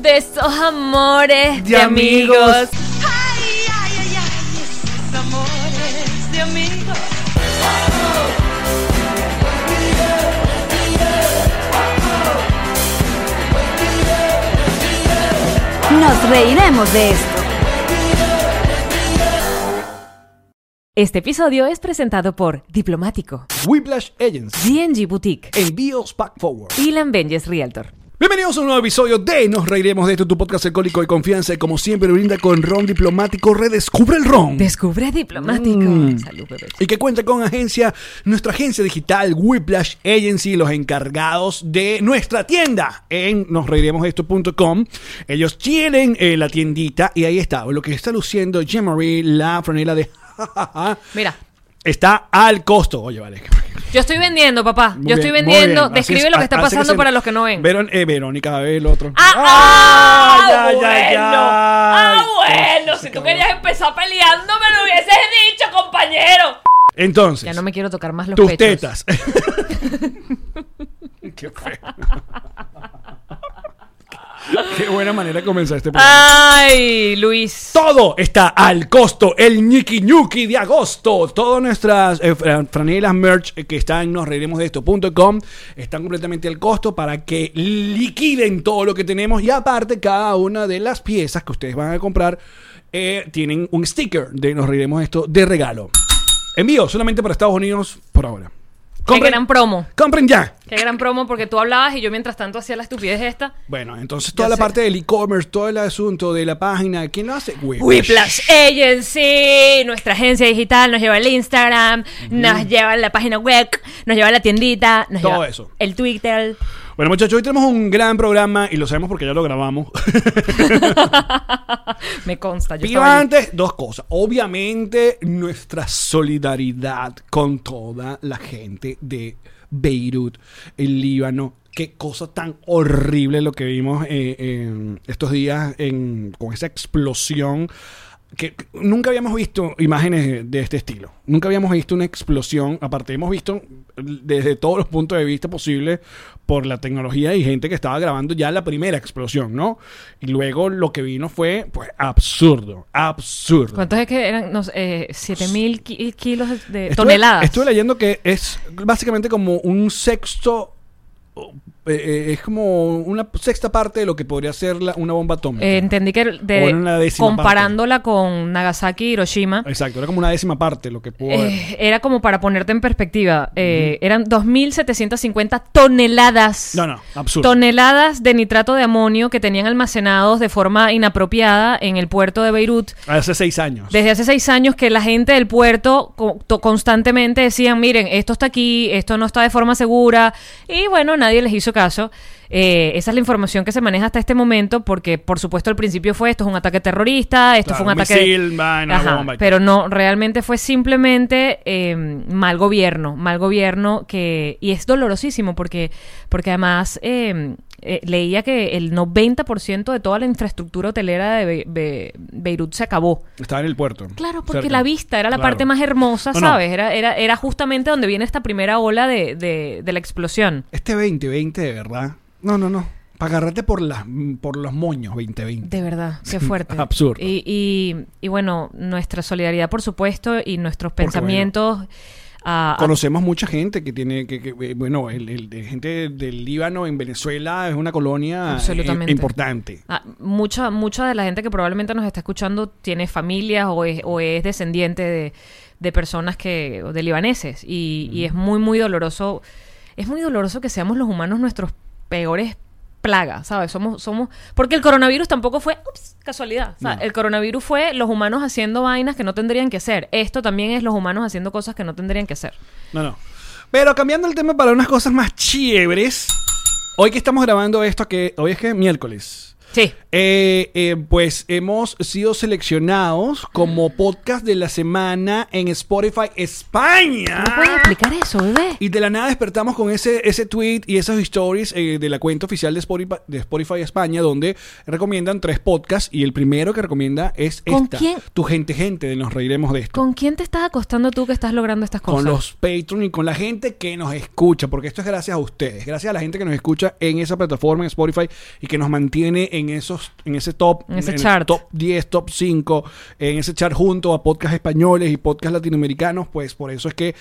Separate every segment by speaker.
Speaker 1: De esos amores
Speaker 2: De
Speaker 1: de,
Speaker 2: amigos.
Speaker 1: amigos.
Speaker 3: Ay, ay, ay, ay, esos amores de amigos.
Speaker 4: Nos reiremos de esto.
Speaker 1: Este episodio es presentado por Diplomático,
Speaker 2: Whiplash Agents.
Speaker 1: DNG Boutique,
Speaker 2: Envíos Pack Forward.
Speaker 1: y Benjes Realtor.
Speaker 2: Bienvenidos a un nuevo episodio de Nos Reiremos de esto, tu podcast alcohólico de confianza. Y como siempre, lo brinda con Ron Diplomático. Redescubre el Ron.
Speaker 1: Descubre Diplomático. Salud, bebé.
Speaker 2: y que cuenta con agencia, nuestra agencia digital Whiplash Agency, los encargados de nuestra tienda en nosreiremosdeesto.com. Ellos tienen eh, la tiendita y ahí está, lo que está luciendo Jemarie, la franela de...
Speaker 1: Mira,
Speaker 2: está al costo. Oye, vale.
Speaker 1: yo estoy vendiendo, papá.
Speaker 2: Muy
Speaker 1: yo estoy
Speaker 2: bien,
Speaker 1: vendiendo.
Speaker 2: muy bien. Así
Speaker 1: Describe lo que está
Speaker 2: así
Speaker 1: pasando
Speaker 2: se-
Speaker 1: para los que no ven.
Speaker 2: Verón- eh, Verónica, ve el otro.
Speaker 1: ¡Ah, ah,
Speaker 2: ¡Ay,
Speaker 1: bueno!
Speaker 2: ay, ay,
Speaker 1: ¡Ah,
Speaker 2: ay!
Speaker 1: bueno!
Speaker 2: Entonces,
Speaker 1: Si tú
Speaker 2: cabrón.
Speaker 1: querías empezar peleando, me lo hubieses dicho, compañero.
Speaker 2: Entonces,
Speaker 1: Ya no me quiero tocar más los
Speaker 2: tus tetas.
Speaker 1: pechos.
Speaker 2: Qué feo. Qué buena manera de comenzar este
Speaker 1: Ah,
Speaker 2: programa.
Speaker 1: ¡Ay, Luis!
Speaker 2: Todo está al costo, el ñiqui ñuqui de agosto. Todas nuestras eh, fra- franelas merch eh, que están en nosreiremosdeesto.com están completamente al costo para que liquiden todo lo que tenemos y aparte cada una de las piezas que ustedes van a comprar eh, tienen un sticker de Nos Reiremos de Esto de regalo. Envío solamente para Estados Unidos por ahora.
Speaker 1: ¡Qué gran promo!
Speaker 2: compren ya.
Speaker 1: Qué gran promo porque tú hablabas y yo mientras tanto hacía la estupidez esta.
Speaker 2: Bueno, entonces toda la
Speaker 1: sé.
Speaker 2: parte del e-commerce, todo el asunto de la página, ¿quién lo hace? Whiplash.
Speaker 1: Whiplash Agency, nuestra agencia digital, nos lleva al Instagram, nos lleva a la página web, nos lleva a la tiendita, nos
Speaker 2: Todo
Speaker 1: lleva
Speaker 2: eso.
Speaker 1: el Twitter.
Speaker 2: Bueno, muchachos, hoy tenemos un gran programa y lo sabemos porque ya lo grabamos.
Speaker 1: Me consta, yo
Speaker 2: Pero
Speaker 1: estaba allí.
Speaker 2: antes, dos cosas. Obviamente, nuestra solidaridad con toda la gente de Beirut, el Líbano. Qué cosa tan horrible lo que vimos eh, en estos días en- con esa explosión. Que que nunca habíamos visto imágenes de- de este estilo. Nunca habíamos visto una explosión. Aparte, hemos visto desde todos los puntos de vista posibles por la tecnología y gente que estaba grabando ya la primera explosión, ¿no? Y luego lo que vino fue, pues, absurdo. Absurdo.
Speaker 1: ¿Cuántos es que eran? No sé, eh, 7000 ki- kilos de
Speaker 2: Pues, Estuve-
Speaker 1: toneladas.
Speaker 2: Estuve leyendo que es básicamente como un sexto. oh, eh, eh, es como una sexta parte de lo que podría ser la- una bomba atómica.
Speaker 1: Eh, entendí que de-
Speaker 2: O era una décima
Speaker 1: comparándola con Nagasaki y Hiroshima,
Speaker 2: Exacto, era como una décima parte lo que pudo haber.
Speaker 1: eh, era como para ponerte en perspectiva, eh, eran 2.750 toneladas.
Speaker 2: No, no, absurdo.
Speaker 1: toneladas de nitrato de amonio que tenían almacenados de forma inapropiada en el puerto de Beirut.
Speaker 2: Hace seis años.
Speaker 1: Desde hace seis años que la gente del puerto co- to- constantemente decían, miren, esto está aquí, esto no está de forma segura. Y bueno, nadie les hizo caso. Eh, esa es la información que se maneja hasta este momento porque, por supuesto, al principio fue esto es un ataque terrorista, esto
Speaker 2: Claro,
Speaker 1: fue un
Speaker 2: un
Speaker 1: ataque...
Speaker 2: misil, vaina, una
Speaker 1: Ajá,
Speaker 2: bomba.
Speaker 1: pero no, realmente fue simplemente eh, mal gobierno, mal gobierno que... Y es dolorosísimo porque, porque además... eh, eh, leía que el 90% de toda la infraestructura hotelera de Be- Be- Beirut se acabó.
Speaker 2: Estaba en el puerto.
Speaker 1: Claro, porque
Speaker 2: cerca.
Speaker 1: la vista era la
Speaker 2: Claro.
Speaker 1: parte más hermosa,
Speaker 2: No, no.
Speaker 1: ¿sabes? Era, era, era justamente donde viene esta primera ola de, de- de la explosión.
Speaker 2: Este 2020, de verdad. No, no, no. Para agarrarte por, las, por los moños, 2020.
Speaker 1: De verdad, qué fuerte.
Speaker 2: Absurdo.
Speaker 1: Y, y, y bueno, nuestra solidaridad, por supuesto, y nuestros
Speaker 2: Porque,
Speaker 1: pensamientos ah, a- a
Speaker 2: Conocemos mucha gente que tiene, que, que, eh, bueno, el, el- de gente del Líbano en Venezuela es una colonia eh,
Speaker 1: Absolutamente.
Speaker 2: importante.
Speaker 1: Ah, mucha, mucha de la gente que probablemente nos está escuchando tiene familias o es, o es descendiente de, de personas que, o de libaneses. Y, y es muy, muy doloroso. Es muy doloroso que seamos los humanos nuestros peores plagas, ¿sabes? Somos, somos. Porque el coronavirus tampoco fue ups, casualidad. ¿sabes?
Speaker 2: No.
Speaker 1: El coronavirus fue los humanos haciendo vainas que no tendrían que hacer. Esto también es los humanos haciendo cosas que no tendrían que hacer.
Speaker 2: No, no. Pero cambiando el tema para unas cosas más chéveres. Hoy que estamos grabando esto, que hoy es que miércoles.
Speaker 1: Sí.
Speaker 2: Eh, eh, pues hemos sido seleccionados como
Speaker 1: Mm.
Speaker 2: podcast de la semana en Spotify España.
Speaker 1: ¿No puedes explicar eso, bebé?
Speaker 2: Y de la nada despertamos con ese, ese tweet y esas stories eh, de la cuenta oficial de Spotify, de Spotify España, donde recomiendan tres podcasts y el primero que recomienda es
Speaker 1: ¿Con
Speaker 2: esta.
Speaker 1: quién?
Speaker 2: Tu gente, gente, de nos reiremos de esto.
Speaker 1: ¿Con quién te estás acostando tú que estás logrando estas cosas?
Speaker 2: Con los Patreon y con la gente que nos escucha, porque esto es gracias a ustedes, gracias a la gente que nos escucha en esa plataforma, en Spotify, y que nos mantiene en esos, en ese top,
Speaker 1: En ese
Speaker 2: el
Speaker 1: chart.
Speaker 2: top 10, top 5, en ese chart junto a podcasts españoles y podcasts latinoamericanos, pues por eso es que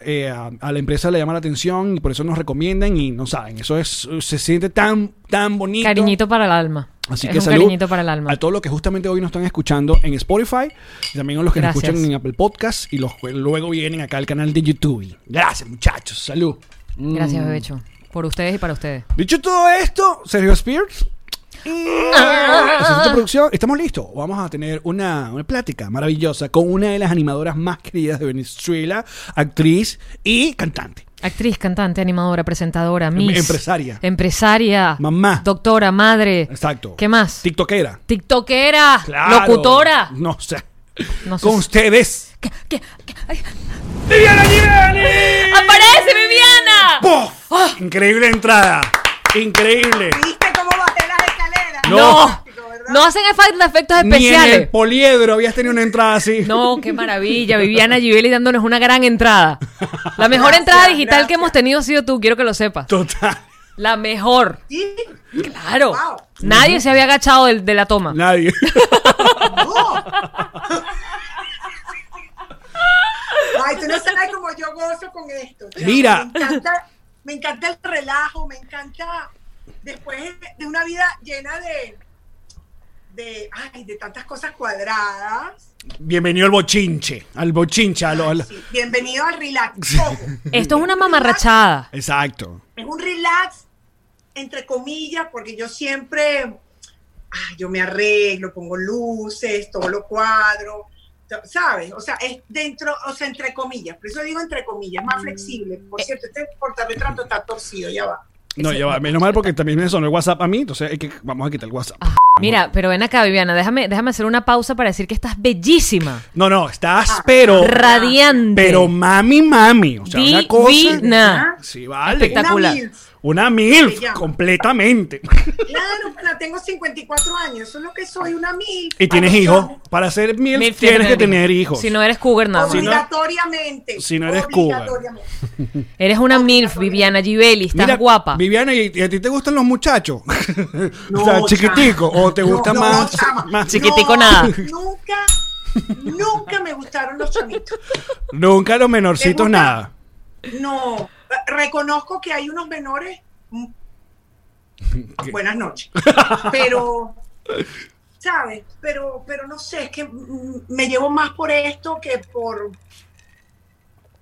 Speaker 2: eh, a, a la empresa le llama la atención y por eso nos recomiendan y no saben, eso es, se siente tan, tan bonito.
Speaker 1: Cariñito para el alma.
Speaker 2: Así
Speaker 1: es
Speaker 2: que
Speaker 1: un
Speaker 2: salud
Speaker 1: cariñito para el alma.
Speaker 2: a todos los que justamente hoy nos están escuchando en Spotify, y también a los que nos
Speaker 1: Gracias.
Speaker 2: escuchan en Apple Podcast y los que luego vienen acá al canal de YouTube. Gracias, muchachos. Salud. Mm.
Speaker 1: Gracias, Bebecho. Por ustedes y para ustedes.
Speaker 2: Dicho todo esto, Sergio Spears. Asistente de producción, estamos listos. Vamos a tener una, una plática maravillosa con una de las animadoras más queridas de Venezuela, actriz y cantante.
Speaker 1: Actriz, cantante, animadora, presentadora, miss.
Speaker 2: Em- empresaria.
Speaker 1: Empresaria.
Speaker 2: Mamá.
Speaker 1: Doctora, madre.
Speaker 2: Exacto.
Speaker 1: ¿Qué más?
Speaker 2: TikTokera.
Speaker 1: TikTokera.
Speaker 2: Claro.
Speaker 1: Locutora.
Speaker 2: No sé.
Speaker 1: No sé
Speaker 2: Con
Speaker 1: si-
Speaker 2: ustedes.
Speaker 1: ¿Qué- qué- qué? Ay,
Speaker 2: ¡Viviana Givani!
Speaker 1: ¡Aparece, Viviana!
Speaker 2: ¡Puf!
Speaker 1: Ah.
Speaker 2: Increíble entrada. Increíble.
Speaker 3: ¿Viste cómo bajé las escaleras?
Speaker 2: No.
Speaker 1: No. No hacen efe- efectos
Speaker 2: Ni en el
Speaker 1: especiales.
Speaker 2: poliedro habías tenido una entrada así.
Speaker 1: No, qué maravilla. Viviana Givelli dándonos una gran entrada. La mejor entrada digital que hemos tenido ha sido tú, quiero que lo sepas.
Speaker 2: Total.
Speaker 1: La mejor.
Speaker 3: ¿Sí?
Speaker 1: Claro.
Speaker 3: Wow.
Speaker 1: Nadie se había agachado del- de, la toma.
Speaker 2: Nadie.
Speaker 3: Ay, tú no sabes cómo yo gozo con esto. O sea,
Speaker 2: Mira.
Speaker 3: Me encanta, me encanta el relajo, me encanta. Después de una vida llena de. de. Ay, de tantas cosas cuadradas.
Speaker 2: Bienvenido al bochinche. Al bochinche. a lo- a lo-
Speaker 3: Sí, bienvenido al relax. Ojo,
Speaker 1: Esto es una mamarrachada.
Speaker 2: Exacto.
Speaker 3: es un relax, entre comillas, porque yo siempre. ay, yo me arreglo, pongo luces, todo lo cuadro. ¿Sabes? O sea, es dentro, o sea, entre comillas. Por eso digo entre comillas,
Speaker 1: Mm.
Speaker 3: más flexible. Por cierto, este portarretrato está torcido, ya va.
Speaker 2: No, ya va. Menos mal porque también me sonó el WhatsApp a mí. Entonces hay que, vamos a quitar el WhatsApp.
Speaker 1: Ah. Mira, pero ven acá, Viviana, déjame, déjame hacer una pausa para decir que estás bellísima.
Speaker 2: No, no.
Speaker 3: Ah.
Speaker 2: Estás pero.
Speaker 1: Radiante.
Speaker 2: Pero mami, mami. O sea, una cosa.
Speaker 1: divina.
Speaker 2: Sí, vale.
Speaker 1: Espectacular. Espectacular.
Speaker 2: Una
Speaker 3: Una MILF.
Speaker 2: mil.
Speaker 3: Se llama.
Speaker 2: Completamente.
Speaker 3: Claro, pana, tengo 54 años, eso es lo que soy, una MILF.
Speaker 2: Y tienes hijos. Para ser mil
Speaker 1: Mil
Speaker 2: tienes, que tener hijos.
Speaker 1: Si no eres cougar nada
Speaker 3: Oh
Speaker 1: más.
Speaker 2: Si no-
Speaker 3: Obligatoriamente.
Speaker 2: si no eres Cuba.
Speaker 3: obligatoriamente.
Speaker 1: Eres una MILF, Viviana Givelli. Estás
Speaker 2: Mira,
Speaker 1: guapa.
Speaker 2: Viviana, ¿y, y a ti te gustan los muchachos? o
Speaker 3: No,
Speaker 2: sea,
Speaker 3: chama.
Speaker 2: chiquitico. ¿O te
Speaker 3: No,
Speaker 2: gusta
Speaker 3: no,
Speaker 2: más,
Speaker 3: chama.
Speaker 2: más
Speaker 1: Chiquitico nada.
Speaker 3: Nunca, nunca me gustaron los chamitos.
Speaker 2: Nunca los
Speaker 3: ¿Te gusta?
Speaker 2: menorcitos nada.
Speaker 3: No, reconozco que hay unos menores. mm, Buenas noches. Pero, ¿sabes? Pero, pero no sé, es que mm, me llevo más por esto que por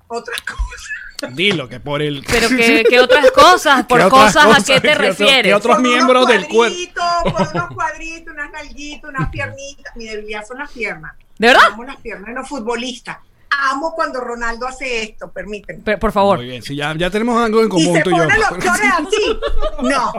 Speaker 3: otras cosas.
Speaker 2: Dilo, que por el...
Speaker 1: Pero que, que otras cosas, por
Speaker 2: ¿Qué otras
Speaker 1: cosas,
Speaker 2: cosas?
Speaker 1: a qué te
Speaker 2: ¿Qué otro-
Speaker 1: refieres.
Speaker 2: qué otro- otros
Speaker 3: Por unos
Speaker 2: miembros del cuerpo.
Speaker 3: cuadritos, Por unos cuadritos, unas nalguitas, unas piernitas. Mi debilidad son las piernas.
Speaker 1: ¿De verdad?
Speaker 3: Amo las piernas de los futbolistas. Amo cuando Ronaldo hace esto, permíteme.
Speaker 1: Pero, por favor.
Speaker 2: Muy bien, sí, ya, ya tenemos algo en
Speaker 3: Y
Speaker 2: común
Speaker 3: se
Speaker 2: tú y yo.
Speaker 3: ponen los chores así. No,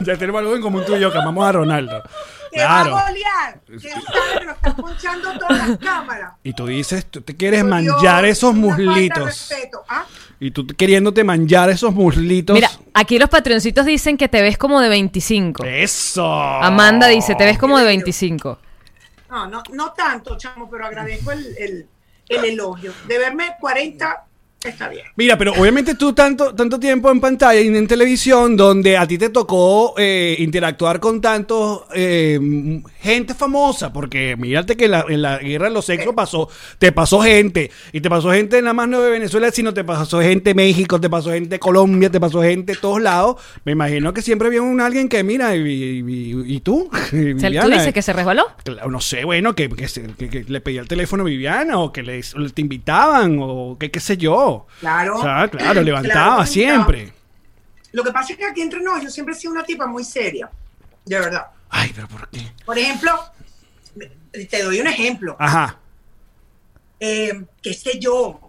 Speaker 2: ya tenemos algo en común tú y yo, que amamos a Ronaldo.
Speaker 3: que
Speaker 2: Claro.
Speaker 3: va a golear. Que sabe que lo están ponchando todas las cámaras.
Speaker 2: Y tú dices, tú te quieres
Speaker 3: Por Dios,
Speaker 2: manchar esos
Speaker 3: una falta de
Speaker 2: muslitos.
Speaker 3: respeto, ¿ah?
Speaker 2: Y tú queriéndote manchar esos muslitos.
Speaker 1: Mira, aquí los patroncitos dicen que te ves como de 25.
Speaker 2: Eh, Eso.
Speaker 1: Amanda dice,
Speaker 2: oh,
Speaker 1: te ves como de 25.
Speaker 3: No, no, no tanto, chamo, pero agradezco el, el, el elogio. De verme 40 está bien.
Speaker 2: Mira, pero obviamente tú tanto, tanto tiempo en pantalla y en televisión donde a ti te tocó eh, interactuar con tantos eh, gente famosa, porque mírate que en la, en la guerra de los sexos pasó, te pasó gente, y te pasó gente nada más no de Venezuela, sino te pasó gente de México, te pasó gente de Colombia, te pasó gente de todos lados. Me imagino que siempre había un alguien que mira, y, y- y tú,
Speaker 1: O sea,
Speaker 2: Viviana,
Speaker 1: ¿Tú dices que se resbaló?
Speaker 2: Claro, no sé, bueno, que, que se- que- que le pedía el teléfono a Viviana o que les- o te invitaban o que qué sé yo.
Speaker 3: Claro.
Speaker 2: O sea, claro,
Speaker 3: Claro,
Speaker 2: levantaba
Speaker 3: levantaba.
Speaker 2: siempre.
Speaker 3: Lo que pasa es que aquí entre nos, yo siempre he sido una tipa muy seria. De verdad.
Speaker 2: Ay, pero ¿por qué?
Speaker 3: Por ejemplo, te doy un ejemplo.
Speaker 2: Ajá.
Speaker 3: Eh, qué sé yo,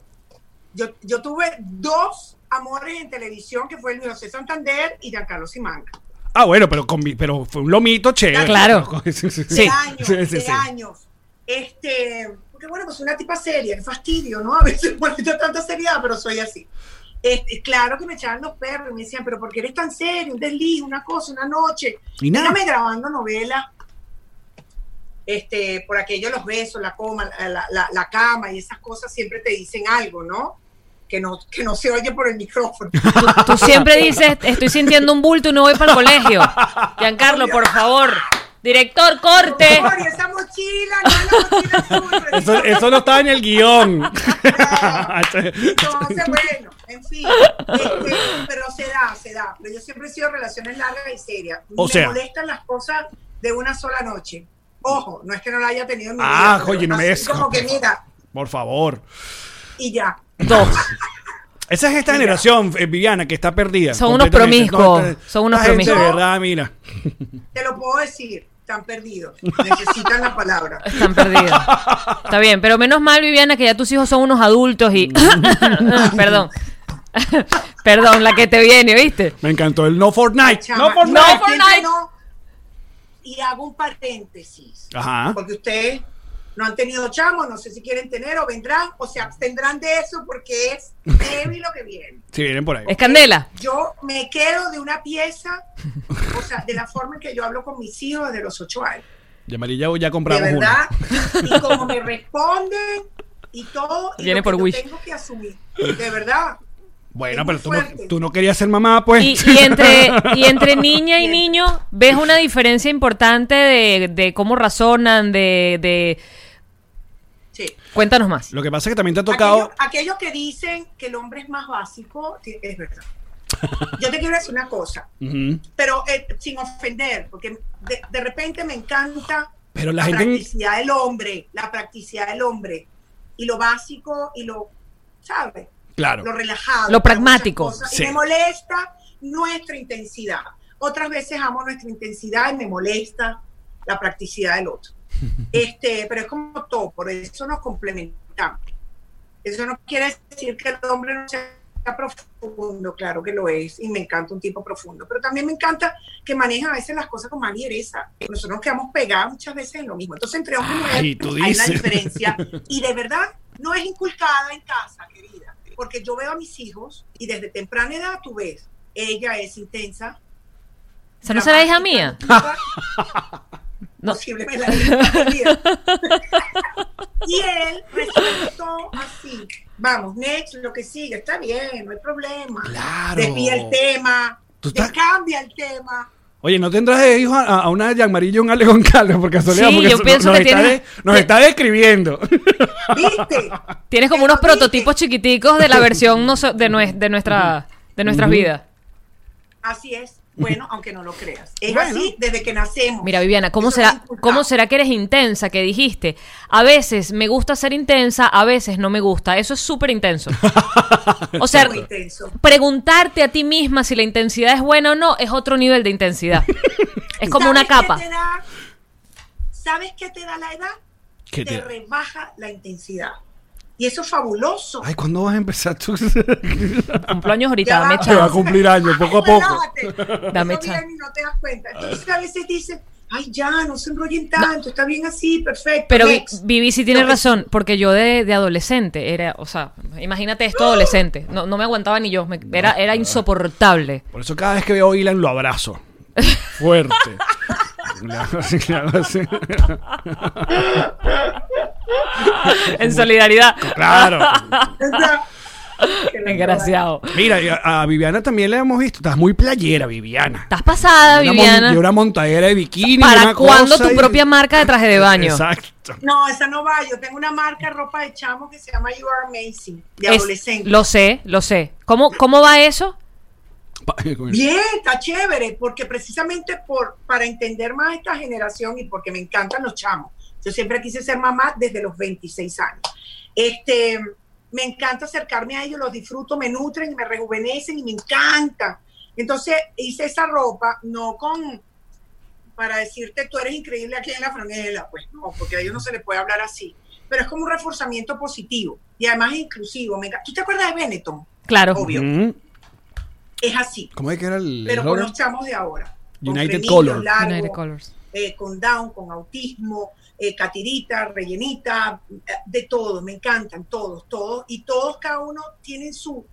Speaker 3: Yo, yo tuve dos amores en televisión, que fue el de José Santander y Giancarlo Simanca.
Speaker 2: Ah, bueno, pero, con mi- pero fue un lomito chévere.
Speaker 1: Claro.
Speaker 2: sí, sí,
Speaker 3: de
Speaker 2: sí.
Speaker 3: años,
Speaker 2: Sí, sí,
Speaker 3: de
Speaker 2: sí.
Speaker 3: años. Este, porque bueno, pues una tipa seria, el fastidio, ¿no? A veces molesta tanta seriedad, pero soy así. Este, claro que me echaban los perros y me decían, pero ¿por qué eres tan serio? Un desliz, una cosa, una noche.
Speaker 2: Y nada.
Speaker 3: Mírame grabando novelas. Este, por aquello los besos, la coma, la, la- la- la cama y esas cosas siempre te dicen algo, ¿no? Que no, que no se oye por el micrófono.
Speaker 1: Tú siempre dices, estoy sintiendo un bulto y no voy para el colegio. Giancarlo, por favor. Director, corte.
Speaker 3: Por favor, y esa mochila, no es la mochila azul, pero
Speaker 2: Eso, eso no estaba en el guión.
Speaker 3: Entonces, bueno, en fin, este, pero se da, se da. Pero yo siempre he sido de relaciones largas y serias.
Speaker 2: O
Speaker 3: me
Speaker 2: sea.
Speaker 3: molestan las cosas de una sola noche. Ojo, no es que no la haya tenido en mi
Speaker 2: Ah,
Speaker 3: vida, pero
Speaker 2: oye, no me
Speaker 3: así
Speaker 2: des-
Speaker 3: Como que mira,
Speaker 2: Por favor.
Speaker 3: y ya.
Speaker 1: Dos.
Speaker 2: Esa es esta generación, eh, Viviana, que está perdida.
Speaker 1: Son unos
Speaker 2: completamente.
Speaker 1: promiscuos,
Speaker 2: esta-
Speaker 1: son unos
Speaker 2: esta gente De
Speaker 1: promiscuos.
Speaker 2: verdad, mira.
Speaker 3: Te lo puedo decir, están perdidos. Necesitan la palabra.
Speaker 1: Están perdidos. Está bien, pero menos mal, Viviana, que ya tus hijos son unos adultos y. Perdón. Perdón, la que te viene, ¿viste?
Speaker 2: Me encantó el No Fortnite.
Speaker 3: Chama,
Speaker 2: No Fortnite.
Speaker 1: No
Speaker 3: ¿sabes
Speaker 1: Fortnite.
Speaker 3: quién ganó? Y hago un paréntesis.
Speaker 2: Ajá.
Speaker 3: Porque ustedes no han tenido chamos, no sé si quieren tener o vendrán o se abstendrán de eso porque es débil lo que viene.
Speaker 2: Si vienen por ahí.
Speaker 1: Es Candela.
Speaker 3: Yo me quedo de una pieza, o sea, de la forma en que yo hablo con mis hijos desde los ocho años.
Speaker 2: De amarilla ya
Speaker 3: De
Speaker 2: compramos
Speaker 3: verdad.
Speaker 2: una.
Speaker 3: Y como me responden y todo. Y
Speaker 1: Viene
Speaker 3: lo que
Speaker 1: por
Speaker 3: yo
Speaker 1: Wish.
Speaker 3: Tengo que asumir. De verdad.
Speaker 2: Bueno,
Speaker 3: Es
Speaker 2: pero
Speaker 3: muy
Speaker 2: tú no,
Speaker 3: fuerte.
Speaker 2: tú no querías ser mamá, pues.
Speaker 1: Y, y entre, y entre niña y niño, ves una diferencia importante de, de cómo razonan, de, de.
Speaker 3: Sí.
Speaker 1: Cuéntanos más.
Speaker 2: Lo que pasa es que también te ha tocado.
Speaker 3: Aquellos aquellos que dicen que el hombre es más básico, sí, es verdad. Yo te quiero decir una cosa,
Speaker 2: Ujú.
Speaker 3: pero eh, sin ofender, porque de, de repente me encanta
Speaker 2: Pero la gente-
Speaker 3: practicidad del hombre, la practicidad del hombre, y lo básico, y lo, ¿sabes?
Speaker 2: Claro.
Speaker 3: lo relajado.
Speaker 1: Lo
Speaker 3: para muchas
Speaker 1: pragmático,
Speaker 3: cosas.
Speaker 2: sí.
Speaker 3: Y me molesta nuestra intensidad. Otras veces amo nuestra intensidad y me molesta la practicidad del otro. Este, pero es como todo, por eso nos complementamos. Eso no quiere decir que el hombre no sea profundo, claro que lo es, y me encanta un tipo profundo, pero también me encanta que maneja a veces las cosas con más ligereza. Nosotros nos quedamos pegados muchas veces en lo mismo. Entonces, entre hombre y
Speaker 2: Ay,
Speaker 3: mujer
Speaker 2: tú
Speaker 3: hay una
Speaker 2: dices.
Speaker 3: diferencia, y de verdad no es inculcada en casa, querida, porque yo veo a mis hijos y desde temprana edad tú ves, ella es intensa.
Speaker 1: O sea, ¿no será hija
Speaker 3: dramática,
Speaker 1: mía?
Speaker 3: emotiva,
Speaker 1: No.
Speaker 3: Posiblemente pues, la hija mía. Y él resultó así. Vamos, next, lo que sigue, está bien, no hay problema.
Speaker 2: Claro.
Speaker 3: Desvía el tema,
Speaker 2: Tú estás-
Speaker 3: cambia el tema.
Speaker 2: Oye, ¿no tendrás de hijo a, a una Yanmarilla y un Ale Goncalves? Por casualidad,
Speaker 1: Sí,
Speaker 2: porque
Speaker 1: yo
Speaker 2: eso-
Speaker 1: pienso
Speaker 2: nos,
Speaker 1: que
Speaker 2: está
Speaker 1: tienes-
Speaker 2: de- nos está describiendo.
Speaker 3: ¿Viste?
Speaker 1: Tienes como
Speaker 3: Te
Speaker 1: unos
Speaker 3: lo dije.
Speaker 1: prototipos chiquiticos de la versión no so- de, nue- de, nuestra, de nuestras vidas.
Speaker 3: Así es. Bueno, aunque no lo creas. Es
Speaker 2: Bueno.
Speaker 3: así desde que nacemos.
Speaker 1: Mira, Viviana, ¿cómo
Speaker 3: Eso es
Speaker 1: será,
Speaker 3: inculcado.
Speaker 1: ¿cómo será que eres intensa? Que dijiste, a veces me gusta ser intensa, a veces no me gusta. Eso es súper intenso. O sea,
Speaker 3: Muy intenso.
Speaker 1: preguntarte a ti misma si la intensidad es buena o no es otro nivel de intensidad. Es como
Speaker 3: ¿Sabes
Speaker 1: una capa.
Speaker 3: qué te da- ¿Sabes qué te da la edad?
Speaker 2: ¿Qué
Speaker 3: te
Speaker 2: te-
Speaker 3: rebaja la intensidad. Y eso es fabuloso.
Speaker 2: Ay, ¿cuándo vas a empezar tú?
Speaker 1: Cumpleaños
Speaker 3: Ya
Speaker 1: ahorita,
Speaker 3: va.
Speaker 1: dame
Speaker 2: Te va a
Speaker 1: chance.
Speaker 2: cumplir años, poco a poco. Ah.
Speaker 3: Relájate.
Speaker 1: Dame
Speaker 3: Eso
Speaker 1: chance.
Speaker 3: viene y no te das cuenta. Entonces a veces dicen, ay, ya, no se enrollen tanto, está bien así, perfecto.
Speaker 1: Pero Vi-
Speaker 3: next".
Speaker 1: Vivi sí tiene
Speaker 3: No,
Speaker 1: razón, porque yo de, de adolescente era, o sea, imagínate esto adolescente. No, no me aguantaba ni yo, me- era, era insoportable.
Speaker 2: Por eso cada vez que veo a Ilan lo abrazo. Fuerte. Le hago así, le hago así.
Speaker 1: en solidaridad.
Speaker 2: Claro.
Speaker 1: Desgraciado.
Speaker 2: Mira, y a, a Viviana también la hemos visto. Estás muy playera, Viviana.
Speaker 1: Estás pasada,
Speaker 2: Una mon-
Speaker 1: Viviana.
Speaker 2: Y una montadera de bikini. y
Speaker 1: ¿Para
Speaker 2: una
Speaker 1: cuándo
Speaker 2: cosa
Speaker 1: tu
Speaker 2: y-
Speaker 1: propia marca de traje de baño?
Speaker 2: Exacto.
Speaker 3: No, esa no va. Yo tengo una marca de ropa de chamo que se llama You Are Amazing, de
Speaker 1: Es-
Speaker 3: adolescente.
Speaker 1: lo sé, lo sé. ¿Cómo, ¿Cómo va eso?
Speaker 2: Pa- eh,
Speaker 3: Bien, está chévere, porque precisamente por, para entender más esta generación y porque me encantan los chamos. Yo siempre quise ser mamá desde los 26 años. Este, me encanta acercarme a ellos, los disfruto, me nutren, y me rejuvenecen y me encanta. Entonces hice esa ropa, no con para decirte tú eres increíble aquí en la franela, pues no, porque a ellos no se les puede hablar así, pero es como un reforzamiento positivo y además inclusivo. Me enca- ¿Tú te acuerdas de Benetton?
Speaker 1: Claro.
Speaker 3: Obvio.
Speaker 2: Mm.
Speaker 3: Es así,
Speaker 2: ¿Cómo es que era el
Speaker 3: pero con
Speaker 2: eslogan?
Speaker 3: los chamos de ahora. con
Speaker 2: United
Speaker 3: frenillos
Speaker 2: Color.
Speaker 3: largos,
Speaker 1: United Colors.
Speaker 3: eh, con Down, con autismo, eh, catirita, rellenita, eh, de todo, me encantan todos, todos, y todos, cada uno tienen su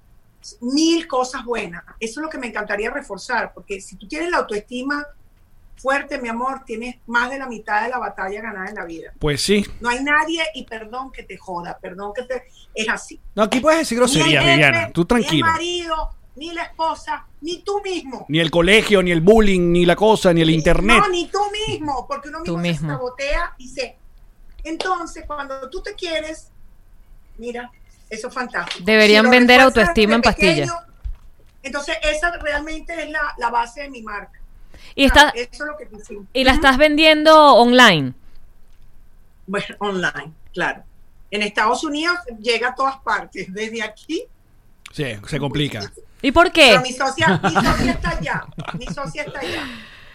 Speaker 3: mil cosas buenas. Eso es lo que me encantaría reforzar, porque si tú tienes la autoestima fuerte, mi amor, tienes más de la mitad de la batalla ganada en la vida.
Speaker 2: Pues sí.
Speaker 3: No hay nadie, y perdón que te joda, perdón que te... Es así.
Speaker 2: No, aquí puedes decir
Speaker 3: Ni el
Speaker 2: groserías,
Speaker 3: jefe,
Speaker 2: Viviana. Tú
Speaker 3: Ni el
Speaker 2: tranquila.
Speaker 3: marido, ni la esposa, ni tú mismo.
Speaker 2: Ni el colegio, ni el bullying, ni la cosa, ni el internet.
Speaker 3: No, ni tú mismo, porque uno
Speaker 1: Tú mismo.
Speaker 3: mismo, se sabotea y se. Entonces, cuando tú te quieres, mira, eso es fantástico.
Speaker 1: Deberían
Speaker 3: lo
Speaker 1: vender
Speaker 3: refuerzas
Speaker 1: autoestima
Speaker 3: de
Speaker 1: en pastillas.
Speaker 3: pequeño, Entonces, esa realmente es la, la base de mi marca.
Speaker 1: Y, está,
Speaker 3: Eso Ah, es lo que decimos.
Speaker 1: y la estás vendiendo online.
Speaker 3: Bueno, online, claro. En Estados Unidos llega a todas partes, desde aquí.
Speaker 2: Sí, se complica.
Speaker 1: ¿Y por qué?
Speaker 3: Pero mi socia, mi socia está allá. Mi socia está allá.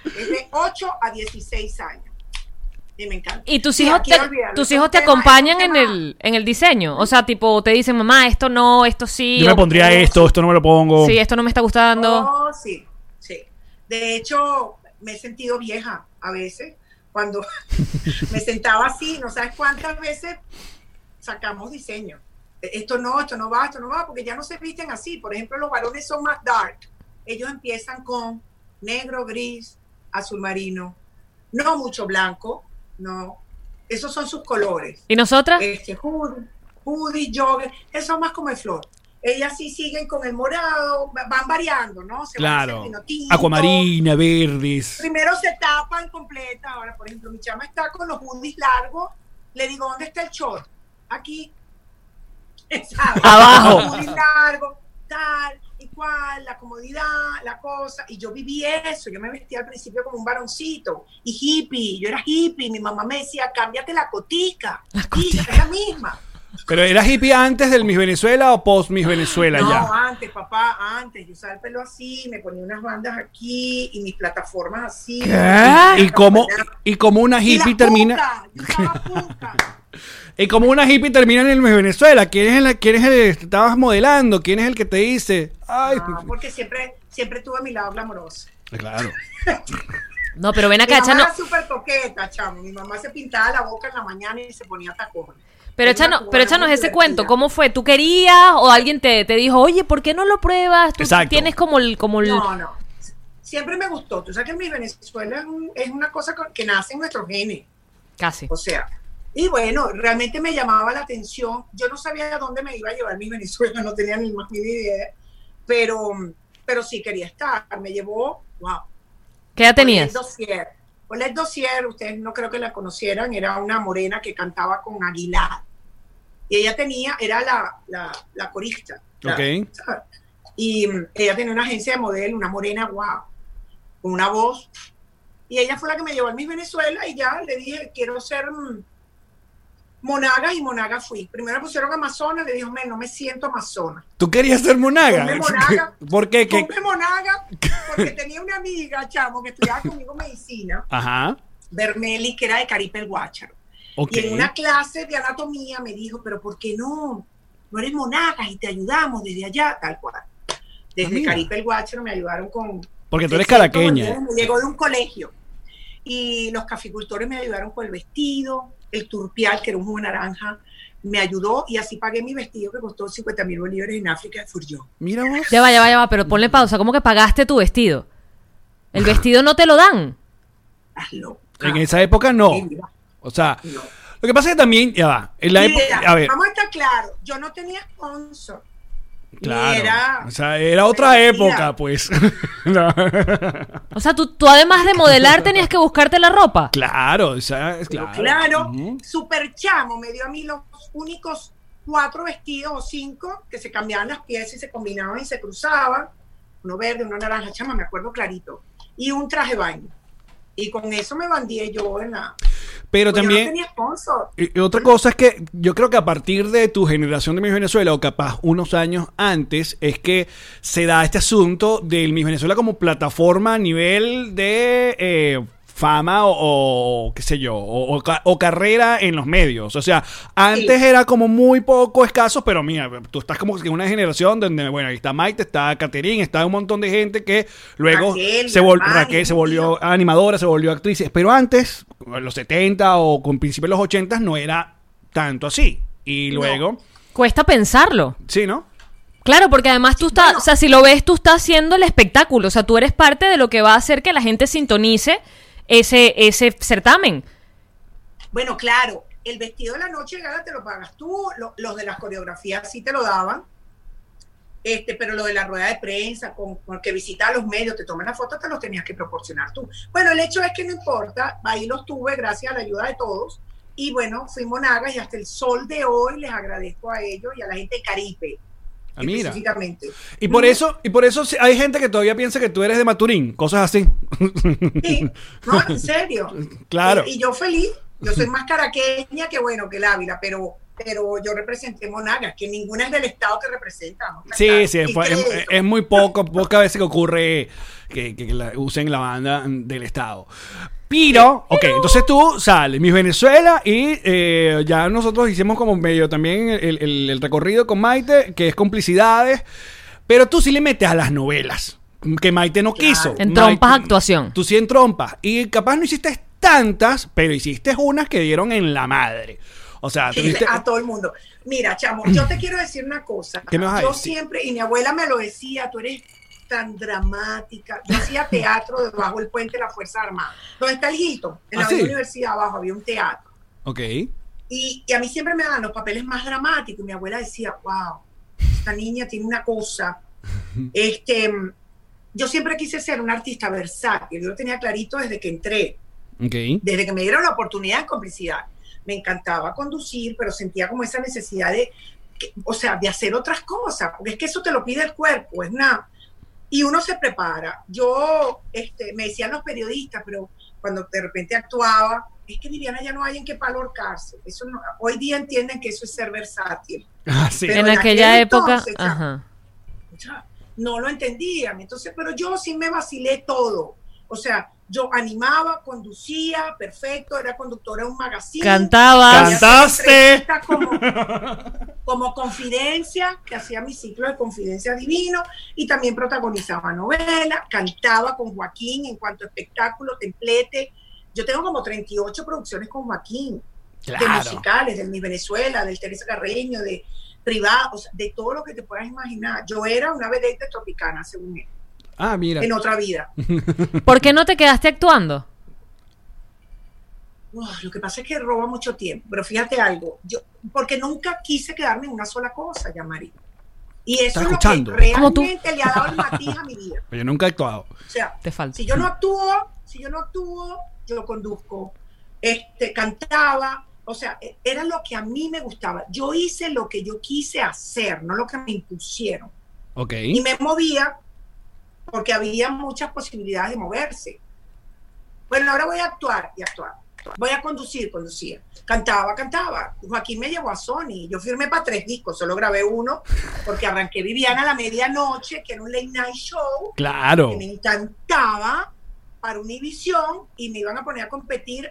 Speaker 3: Es de 8 a 16 años. Y me encanta.
Speaker 1: ¿Y tus
Speaker 3: Sí,
Speaker 1: hijos
Speaker 3: aquí
Speaker 1: te,
Speaker 3: olvídalo,
Speaker 1: tus
Speaker 3: es un
Speaker 1: hijos te
Speaker 3: tema- es un
Speaker 1: acompañan en
Speaker 3: tema-
Speaker 1: el, en el diseño? O sea, tipo, te dicen, mamá, esto no, esto sí.
Speaker 2: Yo me
Speaker 1: o-
Speaker 2: pondría esto, esto no me lo pongo.
Speaker 1: Sí, esto no me está gustando.
Speaker 3: Oh, sí, sí. De hecho, me he sentido vieja a veces cuando me sentaba así, no sabes cuántas veces sacamos diseño. Esto no, esto no va, esto no va, porque ya no se visten así. Por ejemplo, los varones son más dark. Ellos empiezan con negro, gris, azul marino, no mucho blanco, no. Esos son sus colores
Speaker 1: ¿Y nosotras?
Speaker 3: este hoodie, hoodie, jogger, eso más como el flor. Ellas sí siguen con el morado, va- van variando, ¿no? Se van a hacer
Speaker 2: Claro.
Speaker 3: vino tinto.
Speaker 2: Acuamarina, verdes.
Speaker 3: Primero se tapan completa. Ahora, por ejemplo, mi chama está con los hoodies largos. Le digo, ¿dónde está el short? Aquí. ¿Sabes?
Speaker 2: Abajo.
Speaker 3: Los hoodies largos, tal y cual, la comodidad, la cosa. Y yo viví eso. Yo me vestía al principio como un varoncito y hippie. Yo era hippie. Mi mamá me decía, cámbiate la cotica. La cotica. Es la misma.
Speaker 2: Pero eras hippie antes del Miss Venezuela o post Miss Venezuela
Speaker 3: No,
Speaker 2: ya.
Speaker 3: antes, papá, antes. Yo usaba el pelo así, me ponía unas bandas aquí y mis plataformas así.
Speaker 2: Y como, y como una
Speaker 3: Y la
Speaker 2: hippie termina.
Speaker 3: punta, yo usaba punta.
Speaker 2: Y como una hippie termina en el Miss Venezuela. ¿Quién es, la, quién es el que estabas modelando? ¿Quién es el que te dice? Ay,
Speaker 3: Ah, porque siempre, siempre tuve mi lado glamoroso.
Speaker 2: claro.
Speaker 1: No, pero ven
Speaker 3: Mi
Speaker 1: acá,
Speaker 3: mamá
Speaker 1: Chano.
Speaker 3: era súper coqueta, chamo. Mi mamá se pintaba la boca en la mañana y se ponía tacones.
Speaker 1: Pero
Speaker 3: Era una
Speaker 1: échanos, pero
Speaker 3: cubana
Speaker 1: échanos
Speaker 3: muy
Speaker 1: ese cuento,
Speaker 3: divertida.
Speaker 1: ¿cómo fue? ¿Tú querías o alguien te, te dijo, oye, ¿por qué no lo pruebas? Tú
Speaker 2: Exacto.
Speaker 1: tienes como el... Como el...
Speaker 3: No, no. Siempre me gustó. Tú sabes que mi Venezuela es, un- es una cosa con- que nace en nuestros genes.
Speaker 1: Casi.
Speaker 3: O sea, y bueno, realmente me llamaba la atención. Yo no sabía a dónde me iba a llevar mi Venezuela, no tenía ni más ni idea, pero, pero sí quería estar. Me llevó, wow.
Speaker 1: ¿Qué
Speaker 3: pues,
Speaker 1: edad tenías?
Speaker 3: Colette Dossier. Colette Dossier, ustedes no creo que la conocieran, era una morena que cantaba con Aguilar. Y ella tenía, era la, la, la corista. la-
Speaker 2: Ok.
Speaker 3: ¿sabes? Y mm, ella tenía una agencia de modelo, una morena, wow, con una voz. Y ella fue la que me llevó a Miss Venezuela y ya le dije, quiero ser mm, monaga y monaga fui. Primero me pusieron Amazonas, le dije, "Men, no me siento Amazonas.
Speaker 2: ¿Tú querías ser monaga?
Speaker 3: Ponme monaga.
Speaker 2: ¿Por qué? ¿Qué?
Speaker 3: Compré monaga porque tenía una amiga, chamo, que estudiaba conmigo medicina,
Speaker 2: Ajá.
Speaker 3: Bermeli, que era de Caripe el Guácharo.
Speaker 2: Ok.
Speaker 3: Y en una clase de anatomía me dijo, pero ¿por qué no? No eres monaga y te ayudamos desde allá, tal cual. Desde
Speaker 2: Ah, mira.
Speaker 3: Caripe el Guácharo me ayudaron con...
Speaker 2: Porque tú eres
Speaker 3: 600
Speaker 2: caraqueña.
Speaker 3: bolívares, me Llegó de un colegio. Y los caficultores me ayudaron con el vestido, el turpial, que era un jugo de naranja, me ayudó y así pagué mi vestido que costó 50 mil bolívares en África de Furió.
Speaker 2: Mira vos.
Speaker 1: Ya va, ya va, ya va, pero ponle pausa. ¿Cómo que pagaste tu vestido? El vestido no te lo dan.
Speaker 3: Hazlo.
Speaker 2: En esa época no. O sea, lo que pasa es que también, ya va. En la época.
Speaker 3: Mira,
Speaker 2: A ver,
Speaker 3: Vamos a estar claro, yo no tenía sponsor.
Speaker 2: claro.
Speaker 3: Mira.
Speaker 2: O sea, era otra
Speaker 3: Mira.
Speaker 2: época, pues. No.
Speaker 1: O sea, tú, tú además de modelar tenías que buscarte la ropa.
Speaker 2: Claro, o sea, es
Speaker 3: Pero
Speaker 2: claro.
Speaker 3: claro,
Speaker 2: Ujú.
Speaker 3: super chamo me dio a mí los únicos cuatro vestidos o cinco que se cambiaban las piezas y se combinaban y se cruzaban. Uno verde, uno naranja, chama, me acuerdo clarito. Y un traje baño. Y con eso me bandié yo en la.
Speaker 2: Pero
Speaker 3: pues yo
Speaker 2: también.
Speaker 3: no tenía sponsor.
Speaker 2: Y y otra cosa es que yo creo que a partir de tu generación de Miss Venezuela, o capaz unos años antes, es que se da este asunto del Miss Venezuela como plataforma a nivel de eh, fama o, o qué sé yo, o, o ca- o carrera en los medios. O sea, antes era como muy poco escaso, pero mira, tú estás como que en una generación donde, bueno, ahí está Maite, está Caterine, está un montón de gente que luego
Speaker 3: Raquel,
Speaker 2: se, vol-
Speaker 3: Armani,
Speaker 2: Raquel se volvió animadora, se volvió actriz. Pero antes, en los 70 o con principios de los 80, no era tanto así. Y luego,
Speaker 1: Cuesta pensarlo.
Speaker 2: sí, ¿no?
Speaker 1: Claro, porque además tú estás,
Speaker 3: Bueno.
Speaker 1: o sea, si lo ves, tú estás haciendo el espectáculo, o sea, tú eres parte de lo que va a hacer que la gente sintonice ese, ese certamen.
Speaker 3: Bueno, claro, el vestido de la noche de gala te lo pagas tú, lo- los de las coreografías sí te lo daban, este, pero lo de la rueda de prensa, con, con que visita a los medios, te toman la foto, te los tenías que proporcionar tú. Bueno, el hecho es que no importa, ahí los tuve gracias a la ayuda de todos, y bueno, fuimos nagas y hasta el sol de hoy les agradezco a ellos y a la gente de Caribe,
Speaker 2: Ah,
Speaker 3: pues
Speaker 2: mira.
Speaker 3: específicamente.
Speaker 2: Y por eso, y por eso sí, hay gente que todavía piensa que tú eres de Maturín, cosas así.
Speaker 3: Sí, no, en serio.
Speaker 2: Claro.
Speaker 3: Y, y yo feliz, yo soy más caraqueña que bueno, que el Ávila, pero, pero yo representé Monagas, que ninguna es del Estado que representa. ¿no? Está
Speaker 2: Sí,
Speaker 3: claro.
Speaker 2: sí, fue-
Speaker 3: ¿Qué
Speaker 2: es,
Speaker 3: es eso?
Speaker 2: es muy poco, pocas veces que ocurre que, que la- usen la banda del Estado. Pero, ok, entonces tú sales, Miss Venezuela, y eh, ya nosotros hicimos como medio también el, el- el recorrido con Maite, que es complicidades, pero tú sí le metes a las novelas, que Maite no quiso.
Speaker 1: En trompas
Speaker 2: Maite-
Speaker 1: actuación.
Speaker 2: Tú sí en trompas. Y capaz no hiciste tantas, pero hiciste unas que dieron en la madre. O sea, tuviste...
Speaker 3: a todo el mundo. Mira, chamo, yo te quiero decir una cosa.
Speaker 2: ¿Qué me vas a
Speaker 3: yo
Speaker 2: decir?
Speaker 3: siempre, y mi abuela me lo decía, tú eres tan dramática. Yo hacía teatro debajo del puente de la Fuerza Armada. Donde está el Hilton, en
Speaker 2: ¿Ah,
Speaker 3: la
Speaker 2: sí?
Speaker 3: universidad abajo había un teatro.
Speaker 2: Ok.
Speaker 3: Y, y a mí siempre me daban los papeles más dramáticos. Y mi abuela decía, wow, esta niña tiene una cosa. Este, yo siempre quise ser un artista versátil. Yo lo tenía clarito desde que entré,
Speaker 2: Ok.
Speaker 3: desde que me dieron la oportunidad de complicidad. Me encantaba conducir, pero sentía como esa necesidad de, que- o sea, de hacer otras cosas. Porque es que eso te lo pide el cuerpo, es nada. Y uno se prepara. Yo, este, me decían los periodistas, pero cuando de repente actuaba, es que Viviana ya no hay en qué palorcarse. Eso no- hoy día entienden que eso es ser versátil.
Speaker 2: Ah, sí.
Speaker 3: Pero
Speaker 1: en
Speaker 3: en
Speaker 1: aquella
Speaker 3: aquel
Speaker 1: época,
Speaker 3: entonces, chamo.
Speaker 1: ajá.
Speaker 3: O sea, no lo entendían. Entonces, pero yo sí me vacilé todo. O sea, yo animaba, conducía, perfecto, era conductora de un magazine.
Speaker 1: Cantabas.
Speaker 3: Hacía
Speaker 2: Cantaste.
Speaker 3: entrevistas Como, como confidencia, que hacía mi ciclo de confidencia divino, y también protagonizaba novelas, cantaba con Joaquín en cuanto a espectáculo, templete. Yo tengo como 38 producciones con Joaquín de
Speaker 2: Claro.
Speaker 3: musicales, de Mi Venezuela, del Teresa Carreño, de privados, de todo lo que te puedas imaginar. Yo era una vedette tropicana, según él,
Speaker 2: Ah, mira.
Speaker 3: en otra vida.
Speaker 1: ¿Por qué no te quedaste actuando?
Speaker 3: Uf, lo que pasa es que roba mucho tiempo, pero fíjate algo, yo, porque nunca quise quedarme en una sola cosa, ya María. Y eso
Speaker 2: Estás
Speaker 3: es lo
Speaker 2: escuchando.
Speaker 3: que
Speaker 1: Como tú.
Speaker 3: realmente le ha dado el matiz a mi vida.
Speaker 2: Pero yo nunca he actuado.
Speaker 3: O sea,
Speaker 1: Te falta.
Speaker 3: si yo no actúo, si yo no actúo, yo conduzco, este, cantaba, o sea, e- era lo que a mí me gustaba. Yo hice lo que yo quise hacer, no lo que me impusieron.
Speaker 2: Ok.
Speaker 3: y me movía porque había muchas posibilidades de moverse. Bueno, ahora voy a actuar y actuar. Voy a conducir, conducía. Cantaba, cantaba. Joaquín me llevó a Sony. Yo firmé para tres discos, solo grabé uno porque arranqué Viviana a la medianoche, que era un late night show
Speaker 2: Claro.
Speaker 3: que me encantaba para Univisión y me iban a poner a competir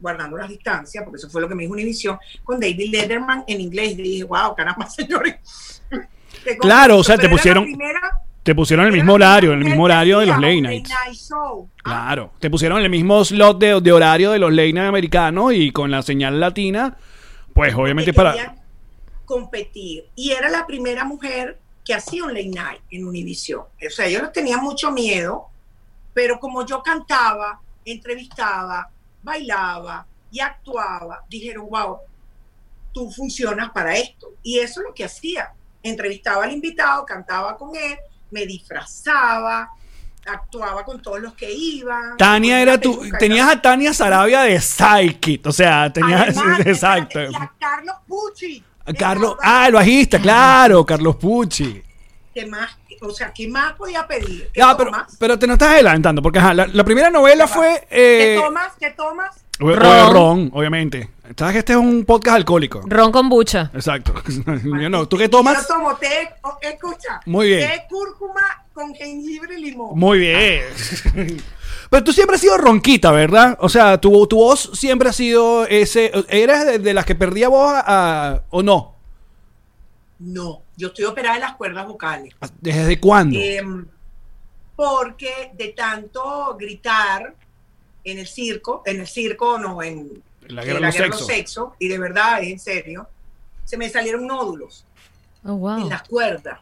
Speaker 3: guardando las distancias, porque eso fue lo que me dijo Univisión, con David Letterman en inglés. Y dije, wow, caramba, señores. Qué
Speaker 2: Claro, o sea,
Speaker 3: conflicto.
Speaker 2: te
Speaker 3: Pero era la
Speaker 2: pusieron-
Speaker 3: primera-
Speaker 2: Te pusieron el
Speaker 3: era
Speaker 2: mismo
Speaker 3: la
Speaker 2: horario, el
Speaker 3: primera
Speaker 2: mismo
Speaker 3: vez que
Speaker 2: horario de
Speaker 3: hacía
Speaker 2: los late
Speaker 3: un
Speaker 2: nights.
Speaker 3: night show. Ah,
Speaker 2: Claro. Te pusieron el mismo slot de, de horario de los late nights americanos y con la señal latina, pues obviamente
Speaker 3: porque
Speaker 2: para.
Speaker 3: querían competir. Y era la primera mujer que hacía un late night en Univision. O sea, yo no tenía mucho miedo, pero como yo cantaba, entrevistaba, bailaba y actuaba, dijeron, wow, tú funcionas para esto. Y eso es lo que hacía. Entrevistaba al invitado, cantaba con él, me disfrazaba, actuaba con todos los que iban.
Speaker 2: Tania
Speaker 3: Ponía
Speaker 2: era
Speaker 3: la
Speaker 2: tu.
Speaker 3: peluca,
Speaker 2: Tenías a Tania Sarabia de Psychic. O sea, tenías.
Speaker 3: Además,
Speaker 2: exacto.
Speaker 3: espérate, y a Carlos Pucci.
Speaker 2: Carlos.
Speaker 3: De verdad,
Speaker 2: Ah, el bajista, claro. Carlos Pucci.
Speaker 3: ¿qué más? O sea, ¿qué más podía pedir? ¿Qué
Speaker 2: Ya, pero,
Speaker 3: tomas?
Speaker 2: pero te no estás adelantando, porque ajá, la, la primera novela
Speaker 3: Ya va.
Speaker 2: fue.
Speaker 3: ¿Qué
Speaker 2: Eh,
Speaker 3: tomas? ¿Qué tomas?
Speaker 2: o- o de
Speaker 1: Ron.
Speaker 2: Ron, obviamente. Sabes que este es un podcast alcohólico.
Speaker 1: Ron con bucha.
Speaker 2: Exacto. Yo no. ¿Tú qué tomas?
Speaker 3: Yo tomo té, o- escucha.
Speaker 2: Muy bien.
Speaker 3: Té, cúrcuma con jengibre y limón.
Speaker 2: Muy bien. Pero tú siempre has sido ronquita, ¿verdad? O sea, tu, tu voz siempre ha sido ese. ¿Eras de, de las que perdía voz a- a- o no?
Speaker 3: No, yo estoy operada de las cuerdas vocales.
Speaker 2: ¿Desde cuándo?
Speaker 3: Em, porque de tanto gritar en el circo, en el circo, no, en
Speaker 2: la
Speaker 3: en la guerra de los sexos, y de verdad, en serio, se me salieron nódulos
Speaker 1: Oh, wow.
Speaker 3: en las cuerdas.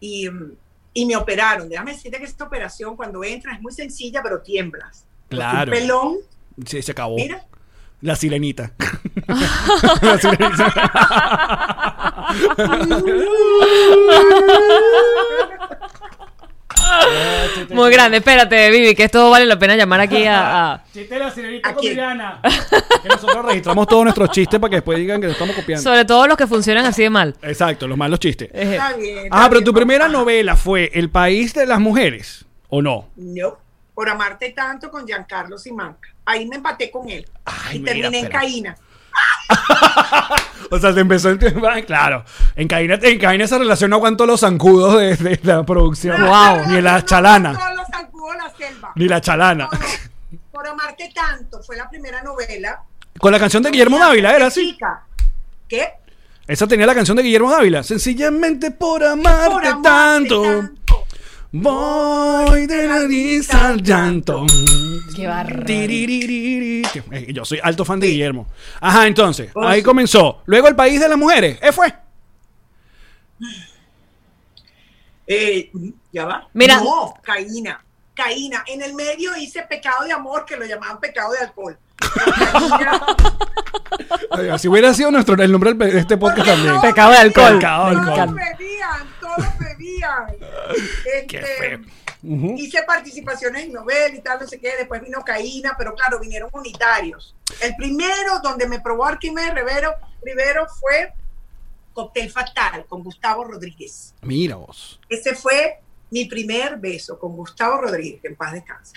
Speaker 3: Y, mm, y me operaron. Déjame decirte que esta operación cuando entras es muy sencilla, pero tiemblas.
Speaker 2: Claro.
Speaker 3: Un pelón,
Speaker 2: Sí, se acabó.
Speaker 3: mira.
Speaker 2: La sirenita.
Speaker 1: Muy grande. Espérate, Vivi, que esto vale la pena llamar aquí a... a-
Speaker 5: Chiste de la sirenita
Speaker 3: ¿A
Speaker 5: con
Speaker 3: quién?
Speaker 5: Liliana.
Speaker 2: Que nosotros registramos todos nuestros chistes para que después digan que lo estamos copiando.
Speaker 1: Sobre todo los que funcionan así de mal.
Speaker 2: Exacto, los malos chistes.
Speaker 1: Eh,
Speaker 3: Está bien, está
Speaker 2: Ah, pero
Speaker 3: bien,
Speaker 2: tu
Speaker 3: papá.
Speaker 2: primera novela fue El País de las Mujeres, ¿o no?
Speaker 3: No, por amarte tanto con Giancarlo Simanca. Ahí me empaté con él.
Speaker 2: Ay,
Speaker 3: y
Speaker 2: mira,
Speaker 3: terminé en
Speaker 2: pero-
Speaker 3: caína.
Speaker 2: O sea, se empezó el tema, claro. En Caína, en Caína esa relación no aguantó los zancudos de, de la producción.
Speaker 1: Wow.
Speaker 2: Ni la chalana.
Speaker 3: Todos los zancudos de la selva.
Speaker 2: Ni la chalana.
Speaker 3: No, no. Por amarte tanto fue la primera novela.
Speaker 2: Con la canción de Guillermo Dávila, era así.
Speaker 3: Chica. ¿Qué?
Speaker 2: Esa tenía la canción de Guillermo Dávila. Sencillamente por amarte,
Speaker 3: Por amarte
Speaker 2: tanto,
Speaker 3: tanto.
Speaker 2: Voy de nariz al llanto.
Speaker 6: Qué barra.
Speaker 2: Tiriririri. Eh, Yo soy alto fan de Guillermo. Ajá, entonces, ahí comenzó. Luego el país de las mujeres. ¿Eh fue?
Speaker 3: Eh, ya va.
Speaker 1: Mira.
Speaker 3: No, caína. Caína. En el medio hice pecado de amor, que lo llamaban pecado de alcohol. Caína.
Speaker 2: Oiga, Si hubiera sido nuestro, el nombre del pe- de este podcast
Speaker 3: Porque
Speaker 2: también.
Speaker 3: todos
Speaker 1: Pecado de alcohol.
Speaker 2: Pecado de
Speaker 3: Todos
Speaker 2: alcohol.
Speaker 3: bebían, todos bebían. Este,
Speaker 2: Qué feo.
Speaker 3: Hice participaciones en novelas y tal, no sé qué. Después vino Caína, pero claro, vinieron unitarios. El primero donde me probó Arquímedes Rivero, Rivero fue Cóctel Fatal con Gustavo Rodríguez.
Speaker 2: Mira vos.
Speaker 3: Ese fue mi primer beso con Gustavo Rodríguez, que en paz descanse.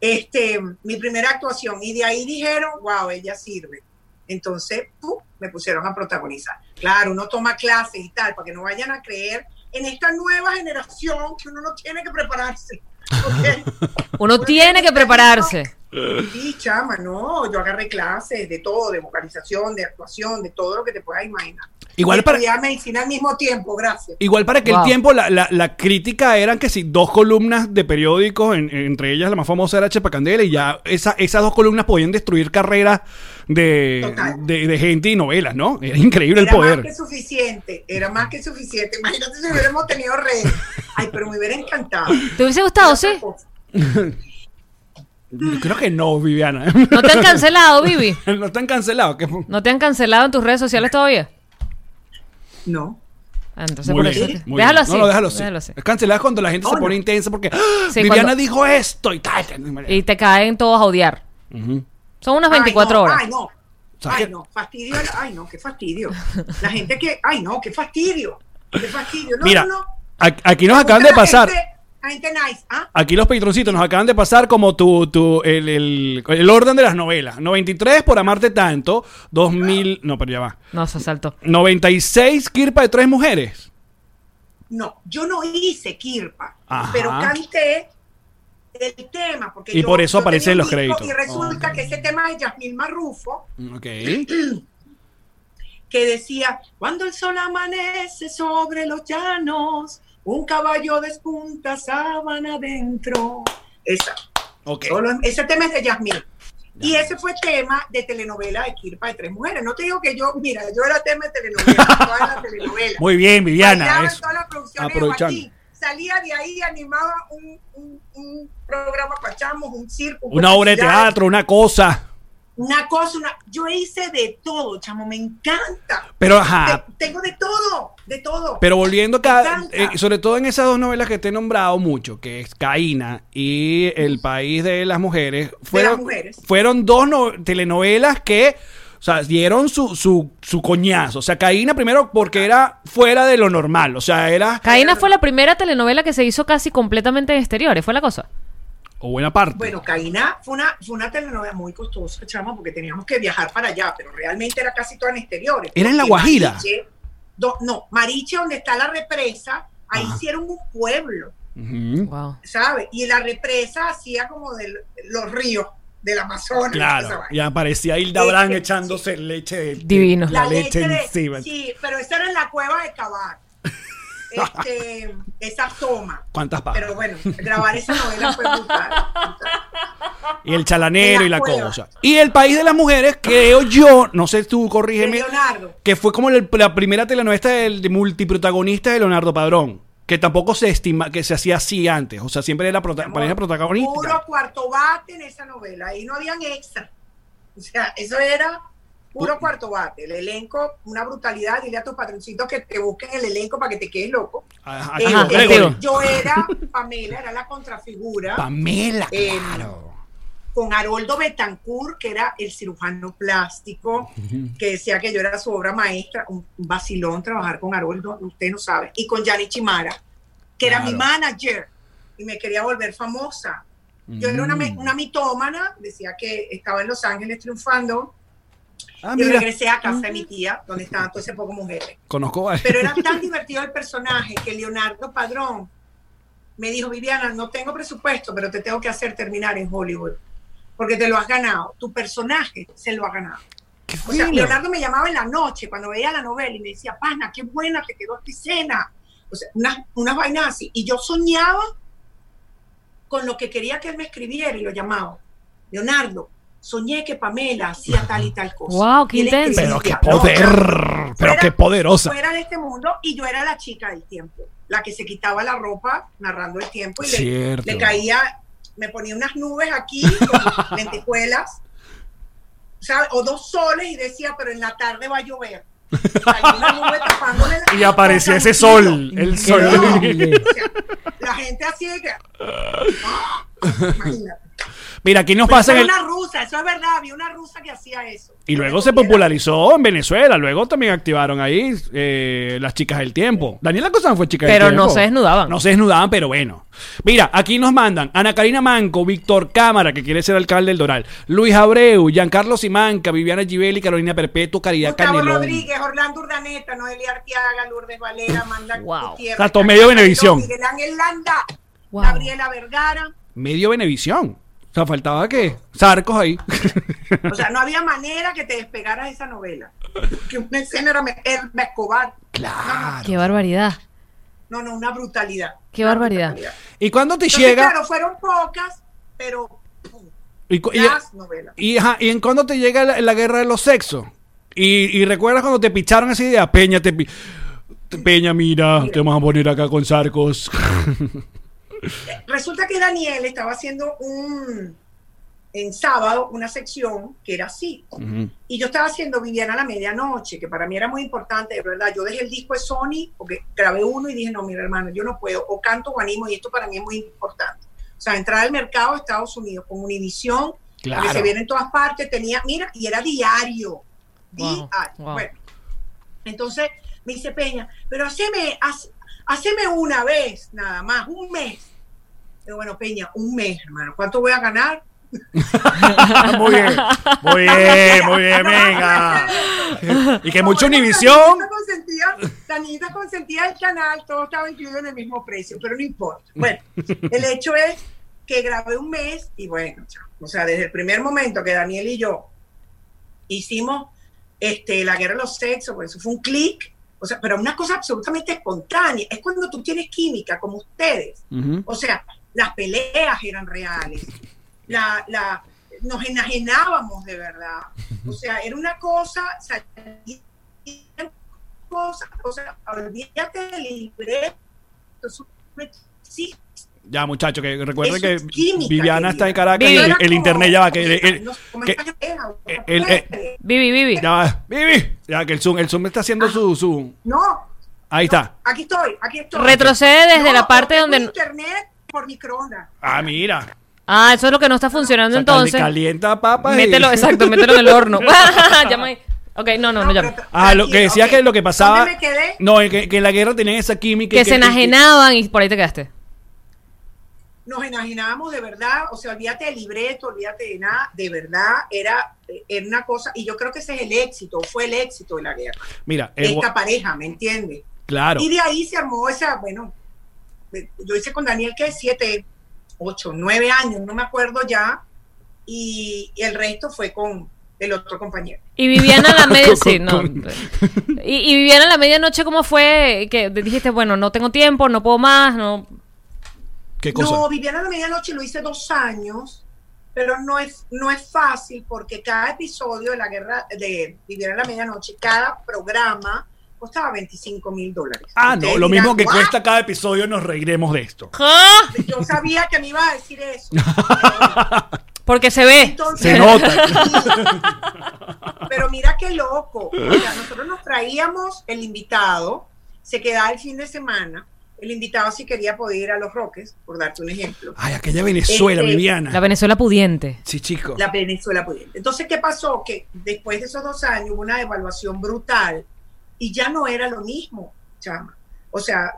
Speaker 3: Este, mi primera actuación. Y de ahí dijeron, wow, ella sirve. Entonces, ¡pum! me pusieron a protagonizar. Claro, uno toma clases y tal, para que no vayan a creer en esta nueva generación que uno no tiene que prepararse. ¿ok?
Speaker 1: Uno tiene que prepararse.
Speaker 3: Sí, chama, no, yo agarré clases de todo, de vocalización, de actuación, de todo lo que te puedas imaginar.
Speaker 2: Igual
Speaker 3: Y
Speaker 2: para-
Speaker 3: estudiar medicina al mismo tiempo, gracias.
Speaker 2: Igual para aquel
Speaker 1: Wow.
Speaker 2: tiempo la, la- la crítica eran que si dos columnas de periódicos, en- entre ellas la más famosa era Chepa Candela, y ya esa- esas dos columnas podían destruir carreras de,
Speaker 3: Total.
Speaker 2: de- de gente y novelas, ¿no? Era increíble
Speaker 3: era
Speaker 2: el poder.
Speaker 3: más que suficiente, era más que suficiente. Imagínate si hubiéramos tenido redes. Ay, pero me hubiera encantado.
Speaker 1: ¿Te hubiese gustado, sí?
Speaker 2: Yo creo que no, Viviana.
Speaker 1: ¿No te han cancelado, Vivi?
Speaker 2: no están cancelados. que-
Speaker 1: ¿No te han cancelado en tus redes sociales todavía?
Speaker 3: No.
Speaker 1: Ah, Entonces,
Speaker 2: Muy
Speaker 1: por
Speaker 2: bien,
Speaker 1: eso te-
Speaker 2: muy
Speaker 1: Déjalo
Speaker 2: bien.
Speaker 1: así.
Speaker 2: No, no, déjalo así.
Speaker 1: déjalo así. Oh,
Speaker 2: Es cancelado cuando la gente se
Speaker 3: No,
Speaker 2: pone
Speaker 3: no.
Speaker 2: intensa porque ¡Ah!
Speaker 1: Sí,
Speaker 2: Viviana
Speaker 1: cuando-
Speaker 2: dijo esto y tal.
Speaker 1: Y te caen todos a odiar.
Speaker 2: Ujú.
Speaker 1: Son unas 24
Speaker 3: ay, no,
Speaker 1: horas.
Speaker 3: Ay, no.
Speaker 2: ¿Sabes
Speaker 3: Ay,
Speaker 2: qué?
Speaker 3: no. Fastidio. Ay, no, qué fastidio. La gente que. Ay, no, qué fastidio. Qué fastidio. No,
Speaker 2: Mira,
Speaker 3: no, este- no.
Speaker 2: a- aquí nos acaban de
Speaker 3: Busca la
Speaker 2: pasar.
Speaker 3: gente- La gente nice. ¿Ah?
Speaker 2: Aquí los patroncitos nos acaban de pasar como tu, tu- el, el- el orden de las novelas. 93 por amarte tanto, 2000, no, pero ya va.
Speaker 1: No, se saltó.
Speaker 2: 96 Kirpa de tres mujeres.
Speaker 3: No, yo no hice Kirpa,
Speaker 2: Ajá.
Speaker 3: pero canté el tema. Porque
Speaker 2: Y
Speaker 3: yo-
Speaker 2: por eso
Speaker 3: yo tenía
Speaker 2: aparecen
Speaker 3: un
Speaker 2: los
Speaker 3: disco
Speaker 2: créditos. Ah.
Speaker 3: Y resulta
Speaker 2: Ok.
Speaker 3: que ese tema es de Yasmín Marrufo.
Speaker 2: Ok.
Speaker 3: que decía, cuando el sol amanece sobre los llanos, un caballo despunta sábana adentro. Esa,
Speaker 2: Ok.
Speaker 3: solo- ese tema es de Yasmín. Y ese fue tema de telenovela de Kirpa de Tres Mujeres. No te digo que yo, mira, yo era tema de telenovela, toda la telenovela.
Speaker 2: Muy bien, Viviana.
Speaker 3: Bailaba en
Speaker 2: Eso.
Speaker 3: todas las producciones de
Speaker 2: Aprovechando.
Speaker 3: Joaquín. Salía de ahí, animaba un, un- un programa para chamos, un circo.
Speaker 2: Una obra de
Speaker 3: publicidades,
Speaker 2: teatro, una cosa.
Speaker 3: Una cosa, una... yo hice de todo, chamo, me encanta.
Speaker 2: Pero ajá.
Speaker 3: Te- tengo de todo, de todo.
Speaker 2: Ah. Pero volviendo acá,
Speaker 3: Me encanta.
Speaker 2: eh, sobre todo en esas dos novelas que te he nombrado mucho, que es Caína y El País de las Mujeres, fueron,
Speaker 3: mujeres.
Speaker 2: fueron dos no- telenovelas que o sea, dieron su, su, su coñazo. O sea, Caína primero porque era fuera de lo normal. O sea, era...
Speaker 1: Caína fue la primera telenovela que se hizo casi completamente en exteriores. Fue la cosa.
Speaker 2: O buena parte.
Speaker 3: Bueno, Caína fue una, fue una telenovela muy costosa, chama, porque teníamos que viajar para allá, pero realmente era casi todo en exteriores.
Speaker 2: Era en La
Speaker 3: Porque
Speaker 2: Guajira.
Speaker 3: Mariche, do- no, Mariche, donde está la represa, ahí
Speaker 2: Ajá.
Speaker 3: hicieron un pueblo.
Speaker 2: Ujú.
Speaker 1: Wow.
Speaker 3: ¿sabes? Y la represa hacía como de los ríos del Amazonas. esa
Speaker 2: Claro,
Speaker 3: vaina.
Speaker 2: y aparecía Hilda
Speaker 3: Sí,
Speaker 2: Brand
Speaker 3: sí,
Speaker 2: echándose leche de-
Speaker 1: Divino.
Speaker 2: la, leche, encima.
Speaker 3: Sí, pero esa era en la cueva de Cabar. Este, esa toma.
Speaker 2: ¿Cuántas papas?
Speaker 3: Pero bueno, grabar esa novela fue brutal.
Speaker 2: Y el chalanero
Speaker 3: de
Speaker 2: y la
Speaker 3: la cueva.
Speaker 2: cosa. Y el país de las mujeres, creo yo, no sé tú,
Speaker 3: De
Speaker 2: corrígeme,
Speaker 3: Leonardo.
Speaker 2: que fue como la, la primera telenovela del de multiprotagonista de Leonardo Padrón, que tampoco se estima que se hacía así antes, o sea, siempre era prota- pareja
Speaker 3: Puro
Speaker 2: protagonista.
Speaker 3: cuarto bate en esa novela. Ahí no habían extra. O sea, eso era puro cuarto bate. El elenco, una brutalidad. Dile a tus patroncitos que te busquen el elenco para que te quedes loco.
Speaker 2: Ajá,
Speaker 3: Eh,
Speaker 2: activo,
Speaker 3: eh,
Speaker 2: Gregory.
Speaker 3: yo era Pamela, era la contrafigura.
Speaker 2: Pamela,
Speaker 3: Eh,
Speaker 2: claro.
Speaker 3: con Haroldo Betancourt, que era el cirujano plástico, que decía que yo era su obra maestra, un un vacilón trabajar con Haroldo, usted no sabe, y con Yanni Chimara, que era mi
Speaker 2: Claro.
Speaker 3: manager y me quería volver famosa. Yo era una, me-
Speaker 2: Mm.
Speaker 3: una mitómana, decía que estaba en Los Ángeles triunfando
Speaker 2: Ah,
Speaker 3: y
Speaker 2: mira, Ah.
Speaker 3: regresé a casa de mi tía, donde estaban todo ese poco mujeres.
Speaker 2: conozco a
Speaker 3: Pero era tan divertido el personaje que Leonardo Padrón me dijo, Viviana, no tengo presupuesto, pero te tengo que hacer terminar en Hollywood, porque te lo has ganado, tu personaje se lo ha ganado.
Speaker 2: Qué
Speaker 3: O sea,
Speaker 2: fino.
Speaker 3: Leonardo me llamaba en la noche cuando veía la novela y me decía, Pana, qué buena te quedó esta escena. O sea, unas, unas vainas así. Y yo soñaba con lo que quería que él me escribiera y lo llamaba. Leonardo, soñé que Pamela hacía tal y tal cosa.
Speaker 1: Wow, qué
Speaker 3: Y él
Speaker 1: intenso.
Speaker 2: Pero qué
Speaker 3: escribía, ¿no?
Speaker 2: poder, pero
Speaker 3: Fuera-
Speaker 2: qué poderosa.
Speaker 3: fuera de este mundo y yo era la chica del tiempo, la que se quitaba la ropa narrando el tiempo y le,
Speaker 2: Cierto.
Speaker 3: le caía, me ponía unas nubes aquí con lentejuelas, ¿sabes? o dos soles y decía, pero en la tarde va a llover. Caía una nube tapándole la-
Speaker 2: Y aparecía ese sol, el sol.
Speaker 3: No, o sea, la gente así de que... ¡Ah! Imagínate.
Speaker 2: Mira, aquí nos
Speaker 3: Pero
Speaker 2: pasa en
Speaker 3: era
Speaker 2: el...
Speaker 3: una rusa, eso es verdad, había una rusa que hacía eso.
Speaker 2: Y luego se popularizó en Venezuela. Luego también activaron ahí eh, las chicas del tiempo. Daniela Cosán fue chica del
Speaker 1: Pero
Speaker 2: tiempo.
Speaker 1: no se desnudaban.
Speaker 2: No se desnudaban, pero bueno. Mira, aquí nos mandan Ana Karina Manco, Víctor Cámara, que quiere ser alcalde del Doral, Luis Abreu, Giancarlo Simanca, Viviana Givelli, Carolina Perpetua, Caridad
Speaker 3: Gustavo
Speaker 2: Canelón.
Speaker 3: Rodríguez, Orlando Urdaneta, Noelia Arteaga, Lourdes Valera, Amanda
Speaker 1: Wow.
Speaker 3: Gutiérrez,
Speaker 2: Tato Medio
Speaker 3: Carlos
Speaker 2: Venevisión.
Speaker 3: Miguel Ángel Landa,
Speaker 1: Wow.
Speaker 3: Gabriela Vergara.
Speaker 2: Medio Venevisión. O sea, faltaba que Sarcos ahí.
Speaker 3: O sea, no había manera que te despegaras de esa novela. Que una escena era me- Herba Escobar.
Speaker 2: claro.
Speaker 1: Qué barbaridad.
Speaker 3: No, no, una brutalidad.
Speaker 1: Qué
Speaker 3: Una
Speaker 1: barbaridad.
Speaker 3: brutalidad.
Speaker 2: ¿Y cuándo te
Speaker 3: Entonces,
Speaker 2: llega?
Speaker 3: claro, fueron pocas, pero pum,
Speaker 2: y cu- y-
Speaker 3: las novelas.
Speaker 2: Y, ajá, ¿y en cuándo te llega la, la guerra de los sexos? Y, y recuerdas cuando te picharon esa idea, Peña, te, pi- te- Peña, mira, te vamos a poner acá con Sarcos.
Speaker 3: Resulta que Daniel estaba haciendo un en sábado una sección que era así. Y yo estaba haciendo Viviana a la medianoche, que para mí era muy importante, de verdad. Yo dejé el disco de Sony porque grabé uno y dije, no, mira hermano, yo no puedo. O canto o animo, y esto para mí es muy importante. O sea, entrar al mercado de Estados Unidos con Univisión,
Speaker 2: Claro.
Speaker 3: que se viene en todas partes, tenía, mira, y era diario.
Speaker 1: Wow,
Speaker 3: Diario.
Speaker 1: wow.
Speaker 3: Bueno, entonces me dice Peña, pero haceme, haz- haceme una vez nada más, un mes. Digo, bueno, Peña, un mes, hermano. ¿Cuánto voy a ganar?
Speaker 2: muy bien, muy bien, muy bien, venga. Y que mucho Univisión.
Speaker 3: La niñita consentía, la niñita consentía el canal, todo estaba incluido en el mismo precio, pero no importa. Bueno, el hecho es que grabé un mes y bueno, chao. o sea, desde el primer momento que Daniel y yo hicimos este, la guerra de los sexos, pues eso fue un clic, o sea, pero una cosa absolutamente espontánea. Es cuando tú tienes química, como ustedes.
Speaker 2: Ujú.
Speaker 3: O sea, las peleas eran reales. La, la, nos enajenábamos de verdad. O sea, era una cosa, salían cosas, o sea, olvídate del libreto. Eso no existe.
Speaker 2: Ya, muchachos, que recuerden
Speaker 3: Eso
Speaker 2: que
Speaker 3: es química,
Speaker 2: Viviana
Speaker 3: querida.
Speaker 2: está en Caracas y
Speaker 1: Vivi.
Speaker 2: el,
Speaker 3: Era
Speaker 2: el
Speaker 3: como-
Speaker 2: internet ya va que. el-
Speaker 3: No sé cómo
Speaker 2: que-
Speaker 3: esta era, o sea,
Speaker 2: el- el-
Speaker 1: Vivi, Vivi.
Speaker 2: ya va, Vivi. Ya que el Zoom, el Zoom está haciendo su, su.
Speaker 3: no,
Speaker 2: Ahí está.
Speaker 3: aquí estoy, aquí estoy.
Speaker 1: Retrocede desde
Speaker 3: No,
Speaker 1: la parte
Speaker 3: tengo
Speaker 1: donde...
Speaker 3: Internet por microondas.
Speaker 2: Ah, mira.
Speaker 1: Ah, eso es lo que no está funcionando
Speaker 2: O sea, cal-
Speaker 1: entonces.
Speaker 2: Calienta papas. y-
Speaker 1: Mételo, exacto, mételo en el horno. Llama ahí. Ok, no, no, no
Speaker 3: pero
Speaker 1: llame.
Speaker 3: tra-
Speaker 2: Ah, lo que
Speaker 3: tranquilo,
Speaker 2: decía
Speaker 3: ok.
Speaker 2: que lo que pasaba.
Speaker 3: ¿Dónde me quedé?
Speaker 2: No, el que, que la guerra tenía esa química. y
Speaker 1: Que se enajenaban y por ahí te quedaste.
Speaker 3: nos enajenábamos de verdad, o sea, olvídate del libreto, olvídate de nada, de verdad, era, eh, era una cosa, y yo creo que ese es el éxito, fue el éxito de la guerra,
Speaker 2: Mira,
Speaker 3: de
Speaker 2: eh,
Speaker 3: esta pareja, ¿me entiendes?
Speaker 2: claro.
Speaker 3: Y de ahí se armó esa, bueno, eh, yo hice con Daniel que siete, ocho, nueve años, no me acuerdo ya, y, y el resto fue con el otro compañero.
Speaker 1: Y Viviana a la media,
Speaker 2: Con-
Speaker 1: sí, no.
Speaker 2: con-
Speaker 1: Y, y Viviana a la medianoche, ¿cómo fue? Que dijiste, bueno, no tengo tiempo, no puedo más, no.
Speaker 2: ¿Qué cosa?
Speaker 3: No, Viviana a la medianoche lo hice dos años, pero no es, no es fácil porque cada episodio de la guerra de Viviana a la medianoche, cada programa costaba 25 mil dólares.
Speaker 2: ah, no,
Speaker 3: Ustedes
Speaker 2: lo
Speaker 3: dirán,
Speaker 2: mismo que
Speaker 3: "Guau,
Speaker 2: cuesta cada episodio, nos reiremos de esto.
Speaker 1: ¡Ah!
Speaker 3: Yo sabía que me iba a decir eso. Pero-
Speaker 1: Porque se ve.
Speaker 3: Entonces-
Speaker 2: Se
Speaker 3: Este,
Speaker 2: nota.
Speaker 3: Pero mira qué loco. O sea, nosotros nos traíamos el invitado, se quedaba el fin de semana. El invitado, si quería, podía ir a los Roques, por darte un ejemplo.
Speaker 2: Ay, aquella Venezuela,
Speaker 3: Este,
Speaker 1: La
Speaker 2: Viviana.
Speaker 1: Venezuela pudiente.
Speaker 2: Sí, chico.
Speaker 3: La Venezuela pudiente. Entonces, ¿qué pasó? Que después de esos dos años hubo una devaluación brutal y ya no era lo mismo, chama. O sea,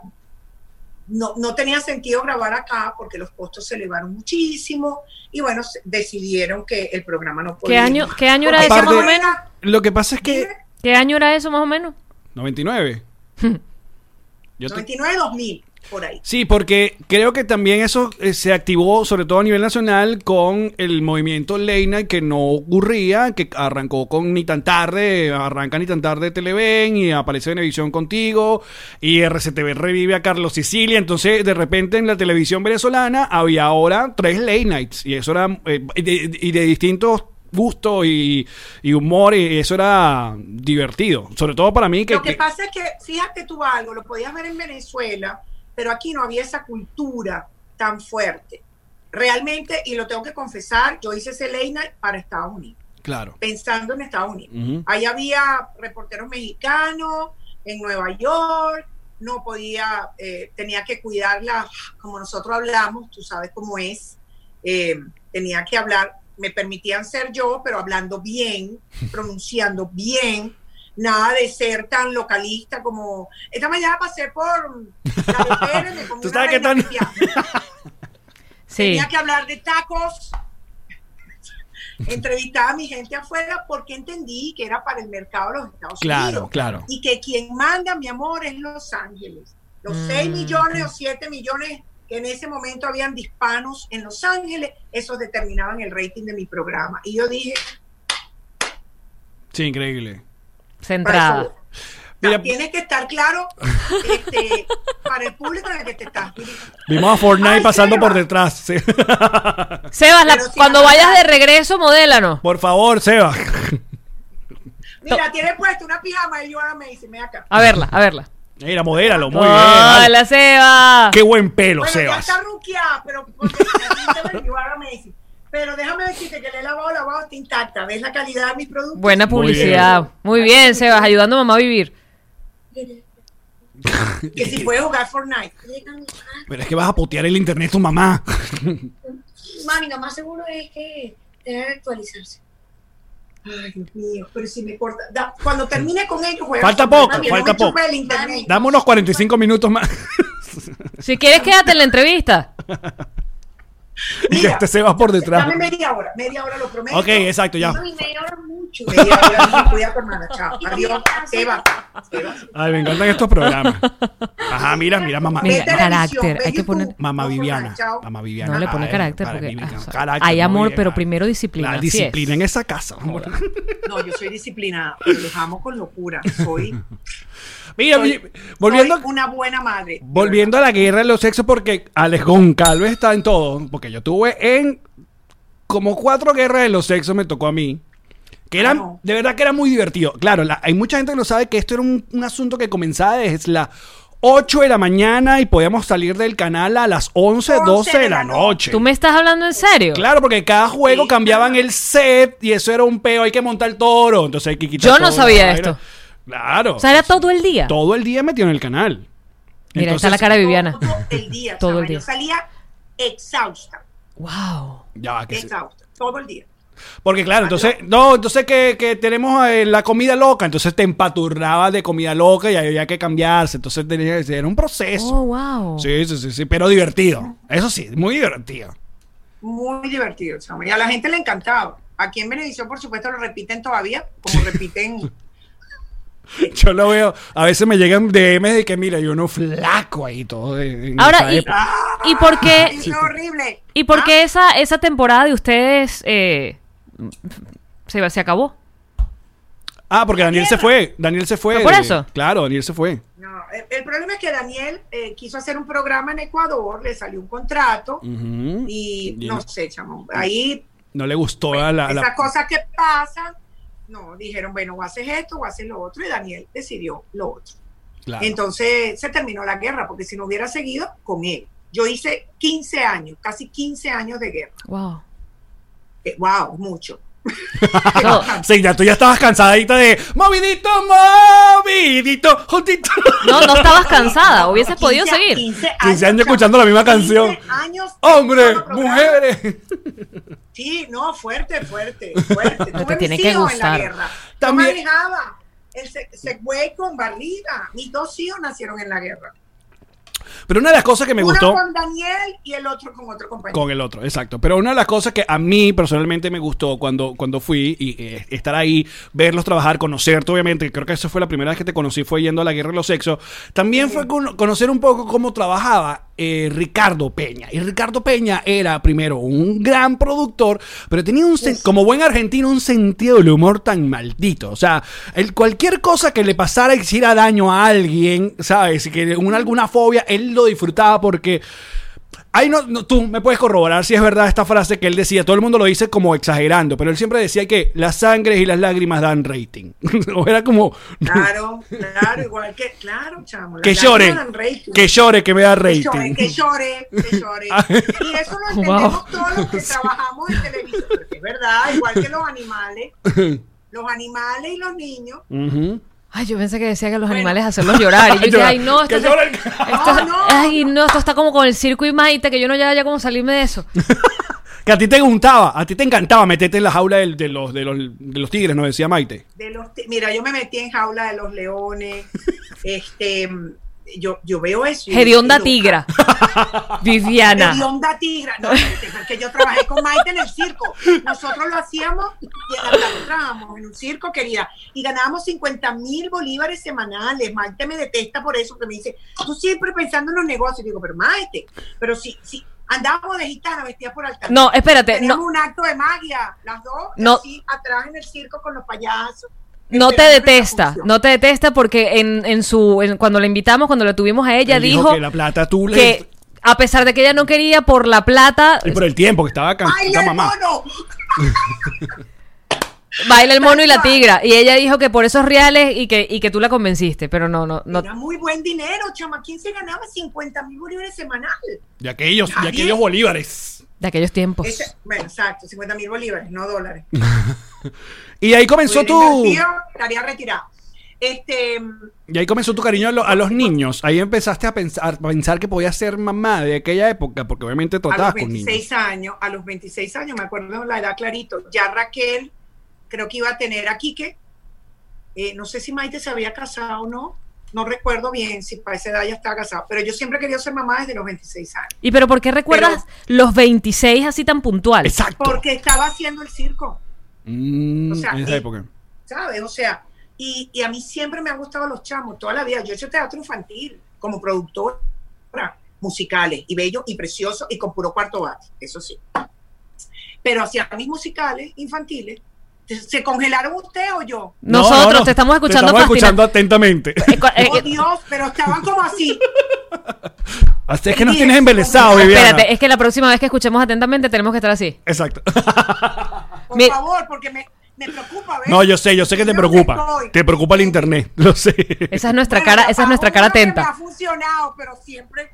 Speaker 3: no, no tenía sentido grabar acá porque los costos se elevaron muchísimo y bueno, se- decidieron que el programa no podía.
Speaker 1: ¿Qué año, qué año era
Speaker 3: Porque
Speaker 1: eso más o
Speaker 2: Aparte-
Speaker 1: menos?
Speaker 3: era-
Speaker 2: Lo que pasa es que.
Speaker 3: dime,
Speaker 1: ¿Qué año era eso más o menos?
Speaker 2: 99. Yo te-
Speaker 3: 99, 2000, por ahí.
Speaker 2: Sí, porque creo que también eso eh, se activó, sobre todo a nivel nacional, con el movimiento Leina, que no ocurría, que arrancó con Ni tan tarde, arranca Ni tan tarde Televen y aparece Venevisión contigo, y RCTV revive a Carlos Sicilia. Entonces, de repente en la televisión venezolana había ahora tres Late Nights, y eso era. eh, y, de, y de distintos gustos y, y humor, y eso era divertido, sobre todo para mí. Que,
Speaker 3: Lo que
Speaker 2: que-
Speaker 3: pasa es que, fíjate tú algo, lo podías ver en Venezuela, pero aquí no había esa cultura tan fuerte. Realmente, y lo tengo que confesar, yo hice ese late night para Estados Unidos,
Speaker 2: Claro.
Speaker 3: pensando en Estados Unidos.
Speaker 2: Ujú.
Speaker 3: Ahí había reporteros mexicanos en Nueva York, no podía, eh, tenía que cuidarla, como nosotros hablamos, tú sabes cómo es, eh, tenía que hablar, me permitían ser yo, pero hablando bien, pronunciando bien, nada de ser tan localista como, esta mañana pasé por... la de Pérez, me comí
Speaker 2: Tú
Speaker 3: una
Speaker 2: sabes qué
Speaker 3: reina
Speaker 2: tan-
Speaker 3: pepiada".
Speaker 1: Sí.
Speaker 3: Tenía que hablar de tacos. Entrevistaba a mi gente afuera porque entendí que era para el mercado de los Estados
Speaker 2: Claro,
Speaker 3: Unidos.
Speaker 2: claro.
Speaker 3: Y que quien manda, mi amor, es Los Ángeles. Los
Speaker 1: Mm.
Speaker 3: 6 millones o 7 millones que en ese momento habían de hispanos en Los Ángeles, esos determinaban el rating de mi programa. Y yo dije,
Speaker 2: Sí, increíble.
Speaker 3: para eso
Speaker 1: Centrada.
Speaker 3: voy. O sea,
Speaker 2: Mira-
Speaker 3: tienes que estar claro este, para el público en el que te estás dirigiendo.
Speaker 2: Vimos a Fortnite
Speaker 3: Ay,
Speaker 2: pasando
Speaker 3: Seba.
Speaker 2: por detrás. sí.
Speaker 1: Sebas, la-
Speaker 3: Pero sí,
Speaker 1: cuando
Speaker 3: la
Speaker 1: vayas de
Speaker 3: verdad-
Speaker 1: regreso, modélanos.
Speaker 2: Por favor, Seba.
Speaker 3: Mira, tienes puesto una pijama y yo ahora me dice, me acá.
Speaker 1: A verla, a verla.
Speaker 2: Mira, modéralo. Muy bien. vale.
Speaker 1: ¡Hola, Sebas!
Speaker 2: Qué buen pelo,
Speaker 3: bueno,
Speaker 2: Sebas.
Speaker 3: ya está ruqueada, pero porque aquí se me olvidó, ahora me dice. Pero déjame decirte que le he lavado, lavado, está intacta. ¿Ves la calidad de mi producto?
Speaker 1: Buena
Speaker 2: Muy bien.
Speaker 1: publicidad. Muy bien, Sebas, ayudando a mamá a vivir.
Speaker 3: Que si puede jugar Fortnite.
Speaker 2: Pero es que vas a putear el internet tu mamá.
Speaker 5: Mami, lo más seguro es que tener que actualizarse.
Speaker 3: Ay, Dios mío, pero si me corta. da- cuando termine con ellos, juega.
Speaker 2: Falta
Speaker 3: Fortnite,
Speaker 2: poco,
Speaker 3: mami, no
Speaker 2: falta
Speaker 3: me chupa
Speaker 2: poco.
Speaker 3: el internet.
Speaker 2: Dame unos 45 minutos más.
Speaker 1: Si quieres, quédate en la entrevista.
Speaker 2: Y ya
Speaker 3: Mira,
Speaker 2: te Sebas por detrás.
Speaker 3: Dame media hora, media hora lo prometo.
Speaker 2: Ok, exacto, ya.
Speaker 5: Mami, media hora es mucho.
Speaker 3: Media hora, cuida a tu hermana, chao.
Speaker 5: Y también
Speaker 3: Adiós,
Speaker 5: hace-
Speaker 3: Sebas.
Speaker 2: Ay, me encantan estos programas. Ajá, mira, mira, mamá.
Speaker 1: Mira,
Speaker 3: Vete a la
Speaker 1: carácter,
Speaker 3: edición, ve
Speaker 1: hay que
Speaker 3: YouTube,
Speaker 1: poner-
Speaker 2: Mamá
Speaker 3: no,
Speaker 2: Viviana.
Speaker 3: Fortnite, chao.
Speaker 2: Mamá Viviana.
Speaker 1: No le pone
Speaker 2: Ay,
Speaker 1: carácter
Speaker 2: para
Speaker 1: porque
Speaker 2: mí,
Speaker 1: ah, o sea,
Speaker 2: carácter,
Speaker 1: hay
Speaker 2: muy
Speaker 1: amor,
Speaker 2: bien. ah.
Speaker 1: pero primero disciplina.
Speaker 2: La
Speaker 1: así es.
Speaker 2: disciplina en esa casa.
Speaker 3: No, yo soy disciplinada, pero los amo con locura. Soy,
Speaker 2: Mira,
Speaker 3: soy-
Speaker 2: mi- volviendo,
Speaker 3: soy una buena madre.
Speaker 2: volviendo a la guerra de los sexos, porque Alex Goncalves está en todo. Porque yo tuve en como cuatro guerras de los sexos me tocó a mí. Que eran,
Speaker 3: Ah, no.
Speaker 2: de verdad que era muy divertido. Claro, la- hay mucha gente que no sabe que esto era un, un asunto que comenzaba desde las 8 de la mañana y podíamos salir del canal a las 11,
Speaker 3: 11
Speaker 2: 12 de la
Speaker 3: de la no-
Speaker 2: noche.
Speaker 1: ¿Tú me estás hablando en serio?
Speaker 2: Claro, porque cada juego
Speaker 3: Sí,
Speaker 2: cambiaban
Speaker 3: claro.
Speaker 2: el set y eso era un peo, hay que montar el toro, entonces hay que quitar
Speaker 1: Yo
Speaker 2: toda
Speaker 1: no
Speaker 2: la
Speaker 1: sabía
Speaker 2: vaina.
Speaker 1: esto.
Speaker 2: Claro.
Speaker 1: O sea, era todo el día.
Speaker 2: Todo el día metido en el canal.
Speaker 1: Mira, ahí está
Speaker 2: Entonces-
Speaker 1: la cara de Viviana.
Speaker 3: Todo el día.
Speaker 1: Todo
Speaker 3: chama,
Speaker 1: el día.
Speaker 3: Yo salía exhausta,
Speaker 1: ¡Wow!
Speaker 2: Ya va, que sí.
Speaker 3: exhausta, todo el día.
Speaker 2: Porque claro, entonces, no, entonces que, que tenemos eh, la comida loca, entonces te empaturrabas de comida loca y había que cambiarse, entonces tenía, era un proceso.
Speaker 1: ¡Oh, wow!
Speaker 2: Sí, sí, sí, sí, pero divertido. Eso sí, muy divertido.
Speaker 3: Muy divertido, chama. Y a la gente le encantaba. Aquí en Benedición, por supuesto, lo repiten todavía, como repiten
Speaker 2: Yo lo veo. A veces me llegan DMs de que, mira, yo no flaco ahí todo. en- en
Speaker 1: Ahora,
Speaker 2: esa
Speaker 1: ¿y,
Speaker 2: época.
Speaker 1: y por qué,
Speaker 3: Es horrible. Ah,
Speaker 1: y por qué esa, esa temporada de ustedes eh, se, se acabó?
Speaker 2: Ah, porque Daniel se fue. Daniel se fue.
Speaker 1: ¿Fue por
Speaker 2: de-
Speaker 1: eso?
Speaker 2: Claro, Daniel se fue.
Speaker 3: No, el, el problema es que Daniel eh, quiso hacer un programa en Ecuador, le salió un contrato
Speaker 2: Ujú.
Speaker 3: y
Speaker 2: Y
Speaker 3: no
Speaker 2: Mm, no-
Speaker 3: sé, chamo. Ahí
Speaker 2: No le gustó a la. a la-
Speaker 3: esas cosas que pasan, no, dijeron, bueno, o haces esto o haces lo otro y Daniel decidió lo otro.
Speaker 2: claro.
Speaker 3: Entonces se terminó la guerra porque si no hubiera seguido con él. Yo hice 15 años, casi 15 años de guerra.
Speaker 1: Wow.
Speaker 3: Eh, wow, mucho.
Speaker 1: No,
Speaker 2: Sí, ya tú ya estabas cansadita de movidito, movidito, juntito.
Speaker 1: no, no estabas cansada, hubieses
Speaker 3: 15
Speaker 1: podido
Speaker 3: a-
Speaker 1: seguir.
Speaker 3: 15 años,
Speaker 2: 15 años
Speaker 3: chamo.
Speaker 2: escuchando la misma
Speaker 3: 15
Speaker 2: canción.
Speaker 3: años de
Speaker 2: Hombre,
Speaker 3: solo programa.
Speaker 2: mujeres.
Speaker 3: Sí, no, fuerte, fuerte, fuerte. Tuve
Speaker 1: te
Speaker 3: mis
Speaker 1: tiene que
Speaker 3: hijos
Speaker 1: gustar.
Speaker 3: En la guerra.
Speaker 2: También-
Speaker 3: Yo manejaba el se- Segway con barriga. Mis dos hijos nacieron en la guerra.
Speaker 2: Pero una de las cosas que me
Speaker 3: Uno
Speaker 2: gustó.
Speaker 3: con Daniel y el otro con otro compañero.
Speaker 2: Con el otro, exacto. Pero una de las cosas que a mí personalmente me gustó cuando, cuando fui y eh, estar ahí, verlos trabajar, conocerte, obviamente, creo que esa fue la primera vez que te conocí, fue yendo a la guerra de los sexos. También fue con- conocer un poco cómo trabajaba eh, Ricardo Peña. Y Ricardo Peña era primero un gran productor, pero tenía un, sen- como buen argentino, un sentido del humor tan maldito. O sea, el, cualquier cosa que le pasara y hiciera daño a alguien, ¿sabes? Y que una, alguna fobia, él lo disfrutaba porque. Ahí no, no- tú me puedes corroborar si es verdad esta frase que él decía. Todo el mundo lo dice como exagerando, pero él siempre decía que las sangres y las lágrimas dan rating. o era como
Speaker 3: Claro, claro, igual que, claro, chamo. la-
Speaker 2: que
Speaker 3: la
Speaker 2: llore,
Speaker 3: Jordan Rating.
Speaker 2: que llore, que me da
Speaker 3: Que llore,
Speaker 2: rating.
Speaker 3: que llore, que llore. Y eso lo
Speaker 1: Wow.
Speaker 3: entendemos todos los que trabajamos en televisión, porque es verdad, igual que los animales, los animales y los niños.
Speaker 2: Ujú.
Speaker 1: Ay, yo pensé que decía que a los animales hacerlos llorar. Y yo dije,
Speaker 2: Llora-
Speaker 1: ay, no,
Speaker 2: que
Speaker 1: esto, se-
Speaker 2: llora el-
Speaker 1: esto-
Speaker 3: Ah, No, no.
Speaker 1: ay, no, esto está como con el circo y maite, que yo no ya, ya cómo salirme de eso.
Speaker 2: Que a ti te gustaba, a ti te encantaba meterte en la jaula del- de, los, de, los, de los tigres, nos decía Maite.
Speaker 3: de los ti- mira yo me metí en jaula de los leones este yo, yo veo eso y yo
Speaker 1: Hedionda
Speaker 3: digo,
Speaker 1: tigra. Viviana.
Speaker 3: hedionda tigra no este, porque yo trabajé con Maite en el circo nosotros lo hacíamos y entrábamos en un circo querida y ganábamos 50 mil bolívares semanales Maite me detesta por eso que me dice tú siempre pensando en los negocios Y digo pero Maite pero si si andábamos de gitana vestida por altar
Speaker 1: No, espérate,
Speaker 3: teníamos
Speaker 1: no,
Speaker 3: un acto de magia las dos
Speaker 1: No.
Speaker 3: así atrás en el circo con los payasos
Speaker 1: no te
Speaker 3: esperando en la
Speaker 1: detesta,
Speaker 3: función.
Speaker 1: no te detesta porque en, en su en- cuando la invitamos, cuando la tuvimos a ella,
Speaker 2: Él
Speaker 1: dijo,
Speaker 2: que la plata tú le.
Speaker 1: que a pesar de que ella no quería por la plata,
Speaker 2: Y por el tiempo que estaba
Speaker 3: ¡Ay,
Speaker 2: cansada, mamá.
Speaker 3: mono!
Speaker 1: baila el mono y la tigra. Y ella dijo que por esos reales y que, y que tú la convenciste, pero no, no, no.
Speaker 3: Era muy buen dinero, chama. ¿Quién se ganaba 50 mil bolívares semanal?
Speaker 2: De aquellos, de
Speaker 3: Nadie.
Speaker 2: aquellos bolívares.
Speaker 1: De aquellos tiempos.
Speaker 3: Ese- bueno, exacto, 50 mil bolívares, no dólares.
Speaker 2: Y ahí comenzó
Speaker 3: Hubiera
Speaker 2: tu.
Speaker 3: invertido, Estaría retirado. Este,
Speaker 2: Y ahí comenzó tu cariño a, lo- a los niños. Ahí empezaste a pensar, a pensar que podías ser mamá de aquella época, porque obviamente
Speaker 3: a los
Speaker 2: tratabas con niños.
Speaker 3: 26 años, a los 26 años, me acuerdo la edad clarito, ya Raquel, creo que iba a tener a Quique. Eh, no sé si Maite se había casado o no. No recuerdo bien si para esa edad ya estaba casada, pero yo siempre quería ser mamá desde los 26 años.
Speaker 1: ¿Y pero por qué recuerdas los 26 así tan puntuales?
Speaker 2: Exacto.
Speaker 3: Porque estaba haciendo el circo.
Speaker 2: Mm,
Speaker 3: o sea,
Speaker 2: en esa
Speaker 3: eh,
Speaker 2: época.
Speaker 3: ¿sabes? O sea, y, y a mí siempre me han gustado los chamos, toda la vida. Yo he hecho teatro infantil como productora, musicales, y bello, y precioso, y con puro cuarto bate, eso sí. Pero hacia mis musicales infantiles, ¿se congelaron usted o yo?
Speaker 1: Nosotros
Speaker 2: No, no, no.
Speaker 1: te estamos
Speaker 2: Te
Speaker 1: escuchando
Speaker 2: estamos
Speaker 1: fascina-
Speaker 2: escuchando atentamente.
Speaker 1: Eh, co- eh,
Speaker 3: Oh
Speaker 1: eh,
Speaker 3: Dios, pero estaban como así.
Speaker 2: Hasta es que nos
Speaker 3: Sí,
Speaker 2: tienes
Speaker 3: es-
Speaker 2: embelesado, Viviana.
Speaker 1: espérate, es que la próxima vez que escuchemos atentamente tenemos que estar así.
Speaker 2: Exacto.
Speaker 3: Pues, Por
Speaker 1: Mi-
Speaker 3: favor, porque me, me preocupa. ¿ves?
Speaker 2: No, yo sé, yo sé que te
Speaker 3: Yo no
Speaker 2: preocupa.
Speaker 3: estoy.
Speaker 2: Te preocupa el internet, lo sé.
Speaker 1: Esa es nuestra
Speaker 3: Bueno,
Speaker 1: cara, esa es nuestra
Speaker 3: aún
Speaker 1: cara
Speaker 3: no me
Speaker 1: atenta.
Speaker 3: ha funcionado, pero siempre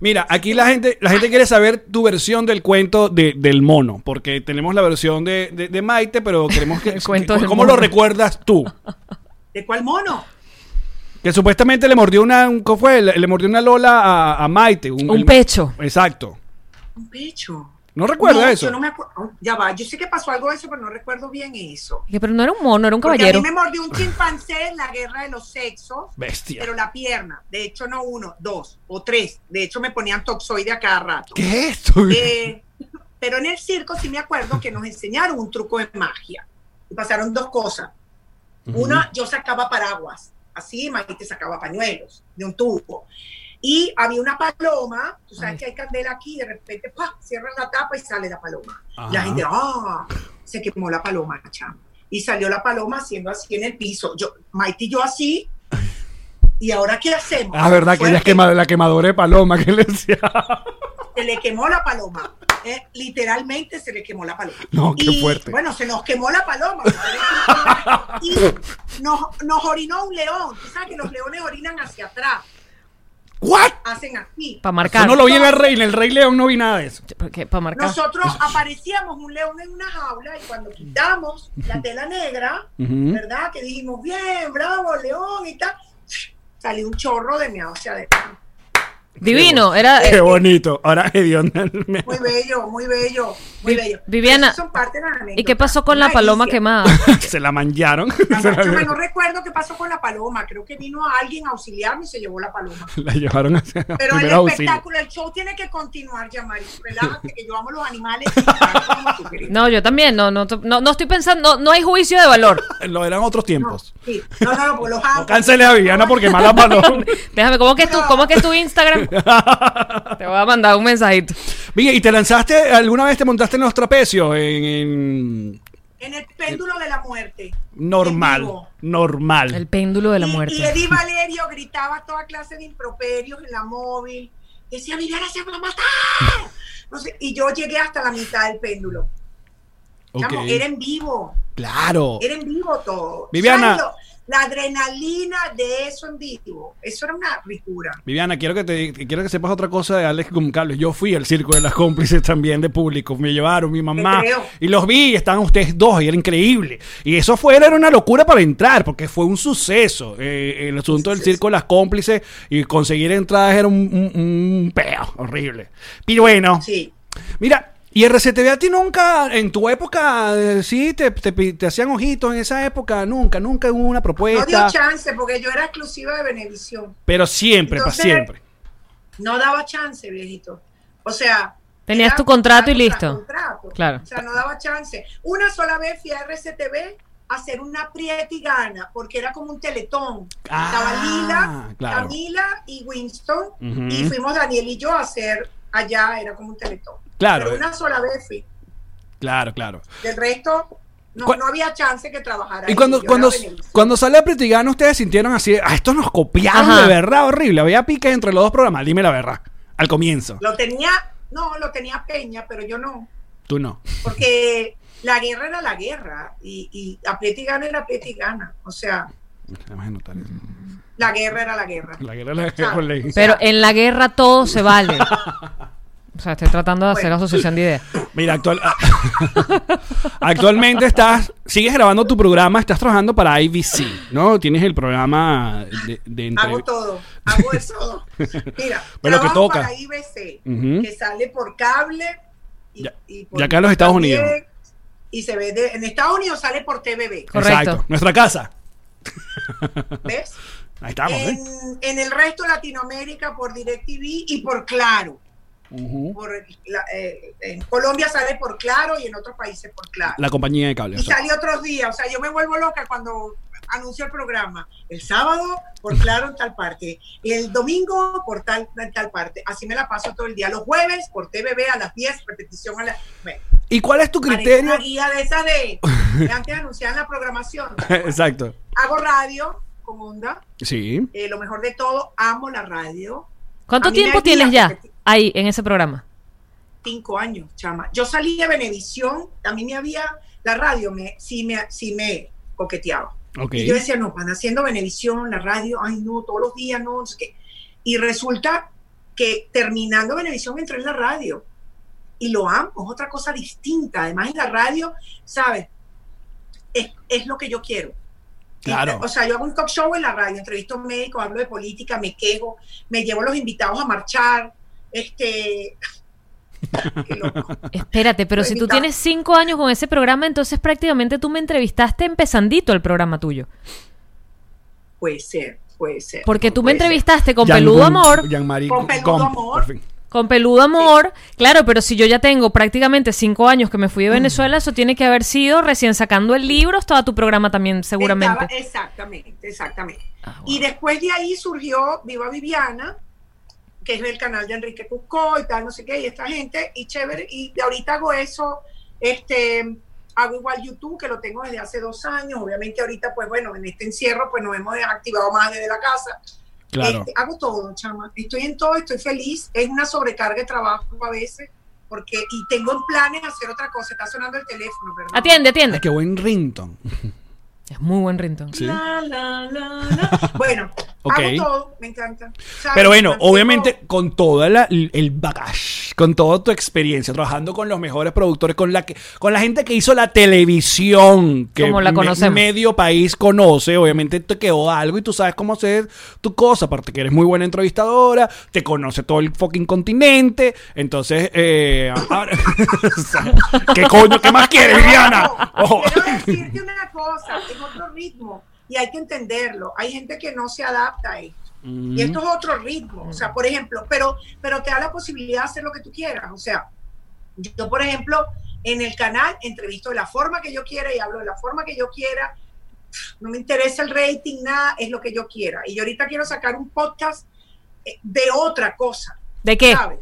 Speaker 2: Mira, aquí la gente, la gente quiere saber tu versión del cuento de- del mono, porque tenemos la versión de, de- de Maite, pero queremos que,
Speaker 1: El cuento del
Speaker 2: cómo
Speaker 1: mono.
Speaker 2: lo recuerdas tú.
Speaker 3: ¿De cuál mono?
Speaker 2: Que supuestamente le mordió una, un, ¿cómo fue? Le, le mordió una lola a, a Maite.
Speaker 1: Un
Speaker 2: el-
Speaker 1: pecho.
Speaker 2: Exacto.
Speaker 3: Un pecho.
Speaker 2: ¿No recuerdas
Speaker 3: No,
Speaker 2: eso?
Speaker 3: Yo no me acuerdo. Ya va, yo sé que pasó algo de eso, pero no recuerdo bien eso.
Speaker 1: Dije, Pero no era un mono, era un
Speaker 3: Porque
Speaker 1: caballero.
Speaker 3: a mí me mordió un chimpancé en la guerra de los sexos,
Speaker 2: Bestia.
Speaker 3: pero la pierna. De hecho, no uno, dos o tres. De hecho, me ponían toxoide a cada rato.
Speaker 2: ¿Qué es esto?
Speaker 3: Eh, pero en el circo sí me acuerdo que nos enseñaron un truco de magia. Y pasaron dos cosas. Una, yo sacaba paraguas. así, Maite sacaba pañuelos de un tubo. Y había una paloma, tú sabes
Speaker 1: Ay.
Speaker 3: que hay candela aquí, de repente, ¡pa! cierran la tapa y sale la paloma.
Speaker 2: Ajá.
Speaker 3: La gente, ¡ah! Se quemó la paloma, chamo. Y salió la paloma haciendo así en el piso. Yo, Maite y yo así. ¿Y ahora qué hacemos?
Speaker 2: Ah, verdad que
Speaker 3: Fue
Speaker 2: ella es quema- la quemadora de paloma que le decía.
Speaker 3: se le quemó la paloma. Eh, literalmente se le quemó la paloma.
Speaker 2: No, qué
Speaker 3: Y,
Speaker 2: fuerte.
Speaker 3: Bueno, se nos quemó la paloma. ¿no? y nos, nos orinó un león. Tú sabes que los leones orinan hacia atrás,
Speaker 2: ¿What?
Speaker 3: hacen así.
Speaker 1: Para
Speaker 2: Eso
Speaker 1: marcar.
Speaker 2: no lo vi en el rey, en el rey león no vi nada de eso.
Speaker 1: Para marcar.
Speaker 3: Nosotros aparecíamos un león en una jaula y cuando quitamos la tela negra,
Speaker 2: Ujú.
Speaker 3: ¿verdad? Que dijimos, bien, bravo, león y tal, salió un chorro de meado hacia adentro.
Speaker 1: Divino. Era, eh,
Speaker 2: Qué bonito. Ahora hedionda.
Speaker 3: Muy bello, muy bello, muy
Speaker 1: Vi-
Speaker 3: bello.
Speaker 1: Viviana,
Speaker 3: Esas son parte de las
Speaker 1: ¿Y qué
Speaker 3: anécdotas.
Speaker 1: pasó con la
Speaker 3: Una
Speaker 1: paloma
Speaker 3: delicia.
Speaker 1: quemada?
Speaker 2: Se la mancharon.
Speaker 3: La
Speaker 2: Se la,
Speaker 3: máxima, no recuerdo qué pasó con la paloma. Creo que vino alguien a auxiliarme y se llevó la paloma.
Speaker 2: la llevaron hacia
Speaker 3: Pero el
Speaker 2: primer auxilio.
Speaker 3: espectáculo, el show tiene que continuar, Yamari. Relájate, que yo amo los animales. tanto como tú, querida.
Speaker 1: No, yo también. No, no, no, no estoy pensando. No, no hay juicio de valor.
Speaker 2: Lo eran otros tiempos.
Speaker 3: Sí. No, no, no, pues los
Speaker 2: No
Speaker 3: amo.
Speaker 2: canceles a Viviana porque mala paloma.
Speaker 1: Déjame, ¿cómo que es tu, cómo que es tu Instagram? Te voy a mandar un mensajito.
Speaker 2: Mira, ¿y te lanzaste alguna vez te montaste en los trapecios? En, en-
Speaker 3: En el péndulo de la muerte. En
Speaker 2: normal.
Speaker 3: vivo.
Speaker 2: Normal.
Speaker 1: El péndulo de la
Speaker 3: Y- Y,
Speaker 1: muerte.
Speaker 3: Eddie Valerio gritaba toda clase de improperios en la móvil. Decía, Viviana se va a matar. No sé, y yo llegué hasta la mitad del péndulo. Chamo,
Speaker 2: Ok.
Speaker 3: era en vivo.
Speaker 2: Claro.
Speaker 3: Era en vivo todo.
Speaker 2: Viviana.
Speaker 3: ¿Sabes lo- La adrenalina de eso en vivo. Eso era una ricura.
Speaker 2: Viviana, quiero que te que quiero que sepas otra cosa de Alex Goncalves. Yo fui al circo de las cómplices también de público. Me llevaron mi mamá
Speaker 3: Te creo.
Speaker 2: y los vi y estaban ustedes dos y era increíble. Y eso fue era una locura para entrar porque fue un suceso. Eh, el asunto del circo de las cómplices y conseguir entradas era un, un- un peo horrible. Pero bueno,
Speaker 3: Sí.
Speaker 2: mira. Y RCTV a ti nunca, en tu época, eh, sí, te, te pi- te hacían ojitos en esa época, nunca, nunca hubo una
Speaker 3: No dio
Speaker 2: propuesta,
Speaker 3: chance porque yo era exclusiva de Benevisión.
Speaker 2: pero siempre, para
Speaker 3: Entonces,
Speaker 2: siempre.
Speaker 3: No daba chance, viejito. O sea.
Speaker 1: Tenías
Speaker 3: era
Speaker 1: tu contrato y
Speaker 3: tras
Speaker 1: listo.
Speaker 3: contrato.
Speaker 1: Claro.
Speaker 3: O sea, no daba chance. Una sola vez fui a RCTV a hacer una prieta y gana, porque era como un teletón.
Speaker 2: Ah,
Speaker 3: Estaba Lila,
Speaker 2: claro.
Speaker 3: Camila y Winston,
Speaker 2: Ujú.
Speaker 3: y fuimos Daniel y yo a hacer allá, era como un teletón.
Speaker 2: Claro.
Speaker 3: Pero una sola vez fui.
Speaker 2: Claro, claro.
Speaker 3: Del resto, no,
Speaker 2: Cu-
Speaker 3: no había chance que trabajara.
Speaker 2: Y
Speaker 3: ahí.
Speaker 2: cuando,
Speaker 3: Yo
Speaker 2: cuando,
Speaker 3: era Benevisión.
Speaker 2: cuando sale Apritigano, ustedes sintieron así, ah, esto nos copiaron
Speaker 1: Ajá.
Speaker 2: de verdad, horrible. Había piques entre los dos programas, dime la verdad. Al comienzo.
Speaker 3: Lo tenía, no, lo tenía Peña, pero yo no.
Speaker 2: Tú no.
Speaker 3: Porque la guerra era la guerra. Y, y aprieta y gana era aprieta y gana. O sea,
Speaker 2: Vamos a anotar eso.
Speaker 3: la guerra era la guerra.
Speaker 2: La guerra la-
Speaker 3: Claro.
Speaker 2: con la-
Speaker 1: Pero en la guerra todo se vale. O sea, estoy tratando de hacer
Speaker 3: Bueno.
Speaker 1: asociación de ideas.
Speaker 2: Mira, actual, ah. actualmente estás, sigues grabando tu programa, estás trabajando para IBC, ¿no? Tienes el programa de, de entre-
Speaker 3: Hago todo, hago de todo. Mira,
Speaker 2: Pero que
Speaker 3: trabajo
Speaker 2: toca.
Speaker 3: para IBC,
Speaker 2: Ujú.
Speaker 3: que sale por cable. Y,
Speaker 2: Ya-
Speaker 3: y
Speaker 2: ya acá en los Estados Unidos.
Speaker 3: Y se ve de- en Estados Unidos sale por TVB,
Speaker 1: Correcto.
Speaker 2: Nuestra casa.
Speaker 3: ¿ves?
Speaker 2: Ahí estamos, ¿eh?
Speaker 3: en, en el resto de Latinoamérica por DirecTV y por Claro.
Speaker 2: Ujú.
Speaker 3: Por la- eh, en Colombia sale por Claro y en otros países por Claro.
Speaker 2: La compañía de cable. o
Speaker 3: y
Speaker 2: sea.
Speaker 3: sale otros días. O sea, yo me vuelvo loca cuando anuncio el programa. El sábado, por claro, en tal parte. El domingo, por tal, en tal parte. Así me la paso todo el día. Los jueves, por TVB a las 10, repetición a las. Bueno,
Speaker 2: ¿Y cuál es tu
Speaker 3: parece
Speaker 2: criterio?
Speaker 3: una guía de esas de. que antes anunciaban la programación.
Speaker 2: Exacto.
Speaker 3: Hago radio con onda.
Speaker 2: Sí.
Speaker 3: eh, lo mejor de todo, amo la radio.
Speaker 1: ¿Cuánto
Speaker 3: A mí me
Speaker 1: tiempo
Speaker 3: ayuda
Speaker 1: tienes ya
Speaker 3: porque-
Speaker 1: ahí en ese programa?
Speaker 3: cinco años, chama. Yo salí de Benevisión, a mí me había, la radio me, sí me, sí me coqueteaba.
Speaker 2: Ok.
Speaker 3: Y yo decía, no, van haciendo Benevisión, la radio, ay no, todos los días, no, no sé qué. Y resulta que terminando Benevisión entré en la radio. Y lo amo, es otra cosa distinta. Además, en la radio, ¿sabes? Es, es lo que yo quiero.
Speaker 2: Claro.
Speaker 3: O sea, yo hago un talk show en la radio, entrevisto médicos, hablo de política, me quejo, me llevo a los invitados a marchar. Este. Qué loco.
Speaker 1: Espérate, pero si tú
Speaker 3: Ahorita.
Speaker 1: tienes cinco años con ese programa, entonces prácticamente tú me entrevistaste empezandito el programa tuyo.
Speaker 3: Puede ser, puede ser.
Speaker 1: Porque tú me
Speaker 3: Puede ser.
Speaker 1: entrevistaste con
Speaker 2: Jean-
Speaker 1: Peludo Amor.
Speaker 2: Jean-Marie
Speaker 3: Con Peludo
Speaker 2: Gomp,
Speaker 3: Amor.
Speaker 2: por fin.
Speaker 1: Con peludo amor, claro, pero si yo ya tengo prácticamente cinco años que me fui de Venezuela, eso tiene que haber sido recién sacando el libro, estaba tu programa también seguramente.
Speaker 3: Estaba- exactamente, exactamente. Y después de ahí surgió Viva Viviana, que es el canal de Enrique Cusco y tal, no sé qué, y esta gente, y chévere. Y de ahorita hago eso, este, hago igual YouTube, que lo tengo desde hace dos años. Obviamente ahorita, pues bueno, en este encierro, pues nos hemos activado más desde la casa.
Speaker 2: Claro.
Speaker 3: Este, hago todo, chama. Estoy en todo, estoy feliz. Es una sobrecarga de trabajo a veces, porque, y tengo en planes hacer otra cosa. Está sonando el teléfono, ¿verdad?
Speaker 1: Atiende, atiende.
Speaker 3: Eh,
Speaker 2: Ay, qué buen rington.
Speaker 1: Es muy buen ringtone.
Speaker 2: Sí.
Speaker 3: La, la, la, la. Bueno,
Speaker 2: Ok.
Speaker 3: hago todo, me encanta. ¿Sabes?
Speaker 2: Pero bueno,
Speaker 3: Mantengo-
Speaker 2: obviamente con toda la, el bagaje, con toda tu experiencia, trabajando con los mejores productores, con la que, con la gente que hizo la televisión, que
Speaker 1: Como la
Speaker 2: me-
Speaker 1: conocemos.
Speaker 2: medio país conoce, obviamente te quedó algo y tú sabes cómo hacer tu cosa, aparte que eres muy buena entrevistadora, te conoce todo el fucking continente, entonces, eh, ahora- o sea, ¿qué coño, qué más quieres, Viviana? Oh.
Speaker 3: No,
Speaker 2: Ojo.
Speaker 3: Quiero decirte una cosa, es otro ritmo y hay que entenderlo. Hay gente que no se adapta a esto. Y esto es otro ritmo, o sea, por ejemplo, pero, pero te da la posibilidad de hacer lo que tú quieras. O sea, yo, por ejemplo, en el canal entrevisto de la forma que yo quiera y hablo de la forma que yo quiera. No me interesa el rating, nada, es lo que yo quiera. Y yo ahorita quiero sacar un podcast eh, de otra cosa.
Speaker 1: ¿De qué?
Speaker 3: ¿sabes?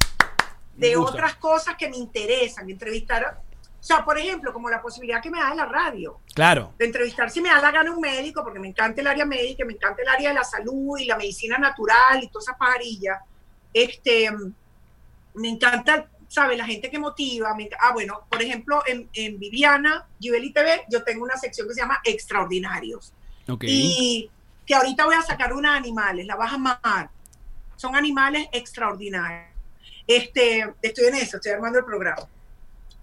Speaker 3: De
Speaker 2: Me gusta.
Speaker 3: otras cosas que me interesan, entrevistar. a- O sea, por ejemplo, como la posibilidad que me da de la radio,
Speaker 2: Claro.
Speaker 3: de entrevistar si me da la gana un médico, porque me encanta el área médica, me encanta el área de la salud y la medicina natural y todas esas pajarillas. Este, me encanta, ¿sabes? La gente que motiva. me enc- ah, bueno, por ejemplo, en, en Viviana, Gibeli TV, yo tengo una sección que se llama Extraordinarios.
Speaker 2: Ok.
Speaker 3: Y que ahorita voy a sacar una de animales, la vas a amar. Son animales extraordinarios. Este, estoy en eso, estoy armando el programa.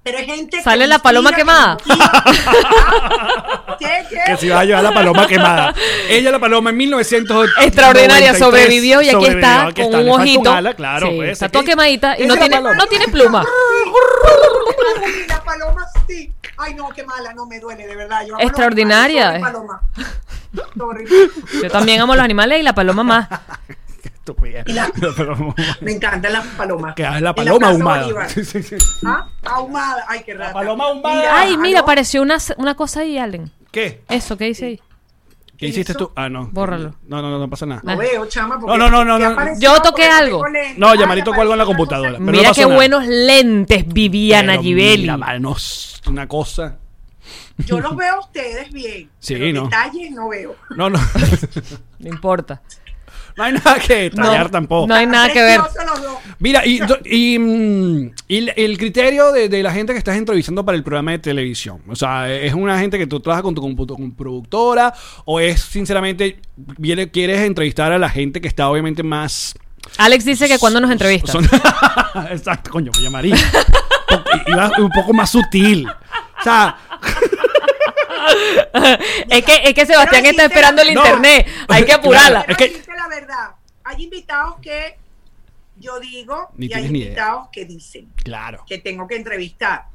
Speaker 3: Pero hay gente
Speaker 1: ¿Sale
Speaker 3: me
Speaker 1: la paloma
Speaker 3: inspira,
Speaker 1: quemada?
Speaker 3: que me motiva. ¿Qué, qué?
Speaker 2: que se iba a llevar la paloma quemada. Ella la paloma en 1900
Speaker 1: Extraordinaria, sobrevivió y aquí está, con un ojito.
Speaker 2: claro,
Speaker 1: Sí,
Speaker 2: pues,
Speaker 1: está
Speaker 2: aquí-
Speaker 1: toda quemadita y
Speaker 2: es
Speaker 1: no
Speaker 2: la
Speaker 1: tiene,
Speaker 2: paloma.
Speaker 1: no tiene pluma.
Speaker 3: Y la paloma sí. Ay, no, qué mala, no me duele, de verdad. Yo amo los
Speaker 1: Extraordinaria. eh.
Speaker 3: animales, sorry, paloma. Sorry.
Speaker 1: Yo también amo los animales y la paloma más.
Speaker 2: Estúpida.
Speaker 3: Y la-
Speaker 2: La paloma.
Speaker 3: Me encantan las palomas.
Speaker 2: Que es la
Speaker 3: En
Speaker 2: paloma
Speaker 3: Plaza
Speaker 2: ahumada.
Speaker 3: Bolívar.
Speaker 2: Sí, sí, sí.
Speaker 3: Ah, Ahumada. Ay, qué rata.
Speaker 2: paloma ahumada.
Speaker 1: Ay, mira,
Speaker 3: aló.
Speaker 1: apareció una, una cosa ahí, Allen.
Speaker 2: ¿Qué?
Speaker 1: Eso, ¿qué dice ahí?
Speaker 2: ¿Qué hiciste
Speaker 3: hizo?
Speaker 2: tú? Ah, no.
Speaker 1: Bórralo.
Speaker 2: No, no, no, no pasa nada.
Speaker 3: No veo, chama. porque-
Speaker 2: No, no, no, no,
Speaker 3: porque
Speaker 2: no.
Speaker 3: apareció,
Speaker 1: Yo toqué
Speaker 3: porque
Speaker 1: algo.
Speaker 3: tengo Ah, lentes.
Speaker 2: No,
Speaker 3: Ay,
Speaker 2: Yamarito colgó en la
Speaker 3: apareció una cosa
Speaker 2: computadora. Pero no
Speaker 1: Mira
Speaker 2: pasó
Speaker 1: qué
Speaker 2: nada.
Speaker 1: buenos lentes, Viviana
Speaker 2: Pero
Speaker 1: Givelli.
Speaker 2: mira, mano, s- una cosa.
Speaker 3: Yo los veo a ustedes bien.
Speaker 2: Sí,
Speaker 3: pero
Speaker 2: ¿no?
Speaker 3: Detalles no veo.
Speaker 2: No, no.
Speaker 1: No importa.
Speaker 2: No hay nada que tallar
Speaker 1: No,
Speaker 2: tampoco.
Speaker 1: No hay nada que ver.
Speaker 3: Preciosos los dos.
Speaker 2: Mira, y, do- y, mm, y el- el criterio de, de la gente que estás entrevistando para el programa de televisión. O sea, ¿es una gente que tú trabajas con tu compu- con productora? ¿O es, sinceramente, viene- quieres entrevistar a la gente que está obviamente más...
Speaker 1: Alex dice que cuando nos entrevistas.
Speaker 2: son- Exacto, coño, me llamaría. Iba un poco más sutil. O sea,
Speaker 1: es, que, es que Sebastián
Speaker 3: Pero
Speaker 1: está
Speaker 3: dijiste-
Speaker 1: esperando el
Speaker 2: No.
Speaker 1: internet. Hay que apurarla.
Speaker 2: Claro, es
Speaker 3: Quiero
Speaker 2: que-
Speaker 3: decirte la verdad. Hay invitados que yo digo
Speaker 2: Ni
Speaker 3: y hay
Speaker 2: tienes ni idea.
Speaker 3: invitados que dicen
Speaker 2: claro.
Speaker 3: que tengo que entrevistar.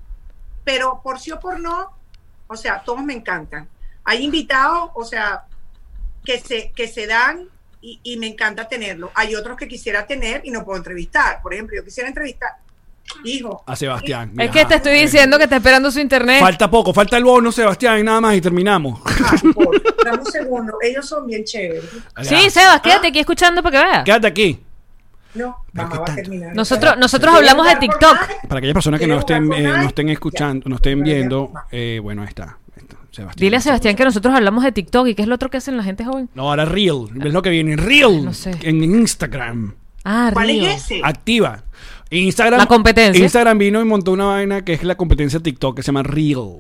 Speaker 3: Pero por sí o por no, o sea, todos me encantan. Hay invitados, o sea, que se, que se dan y, y me encanta tenerlo. Hay otros que quisiera tener y no puedo entrevistar. Por ejemplo, yo quisiera entrevistar, hijo,
Speaker 2: A Sebastián.
Speaker 1: Es
Speaker 2: mira.
Speaker 1: que te estoy diciendo que está esperando su internet.
Speaker 2: Falta poco, falta el bono, Sebastián, y nada más y terminamos.
Speaker 3: ah, por- dame un segundo, ellos son bien chéveres.
Speaker 1: Sí, Sebas,
Speaker 2: Ah.
Speaker 1: quédate aquí escuchando para que veas.
Speaker 2: Quédate aquí.
Speaker 3: No,
Speaker 2: ¿Pero qué
Speaker 3: mamá va a
Speaker 2: tanto?
Speaker 3: terminar.
Speaker 1: Nosotros, nosotros
Speaker 3: Quiero
Speaker 1: hablamos de
Speaker 3: jugar con
Speaker 1: TikTok.
Speaker 3: nadie.
Speaker 2: Para aquellas personas que no
Speaker 3: Quiero jugar
Speaker 2: estén,
Speaker 3: con
Speaker 2: eh, no
Speaker 3: nadie.
Speaker 2: estén escuchando, no estén viendo, eh, bueno, ahí está. ahí está, Sebastián.
Speaker 1: Dile a Sebastián que nosotros hablamos de TikTok y qué es lo otro que hacen la gente joven.
Speaker 2: No, ahora Real. Es lo que viene. Real.
Speaker 1: No sé.
Speaker 2: En Instagram.
Speaker 1: Ah,
Speaker 3: ¿Cuál
Speaker 1: Río.
Speaker 3: es ese?
Speaker 2: Activa. Instagram.
Speaker 1: La competencia.
Speaker 2: Instagram vino y montó una vaina que es la competencia de TikTok que se llama Real.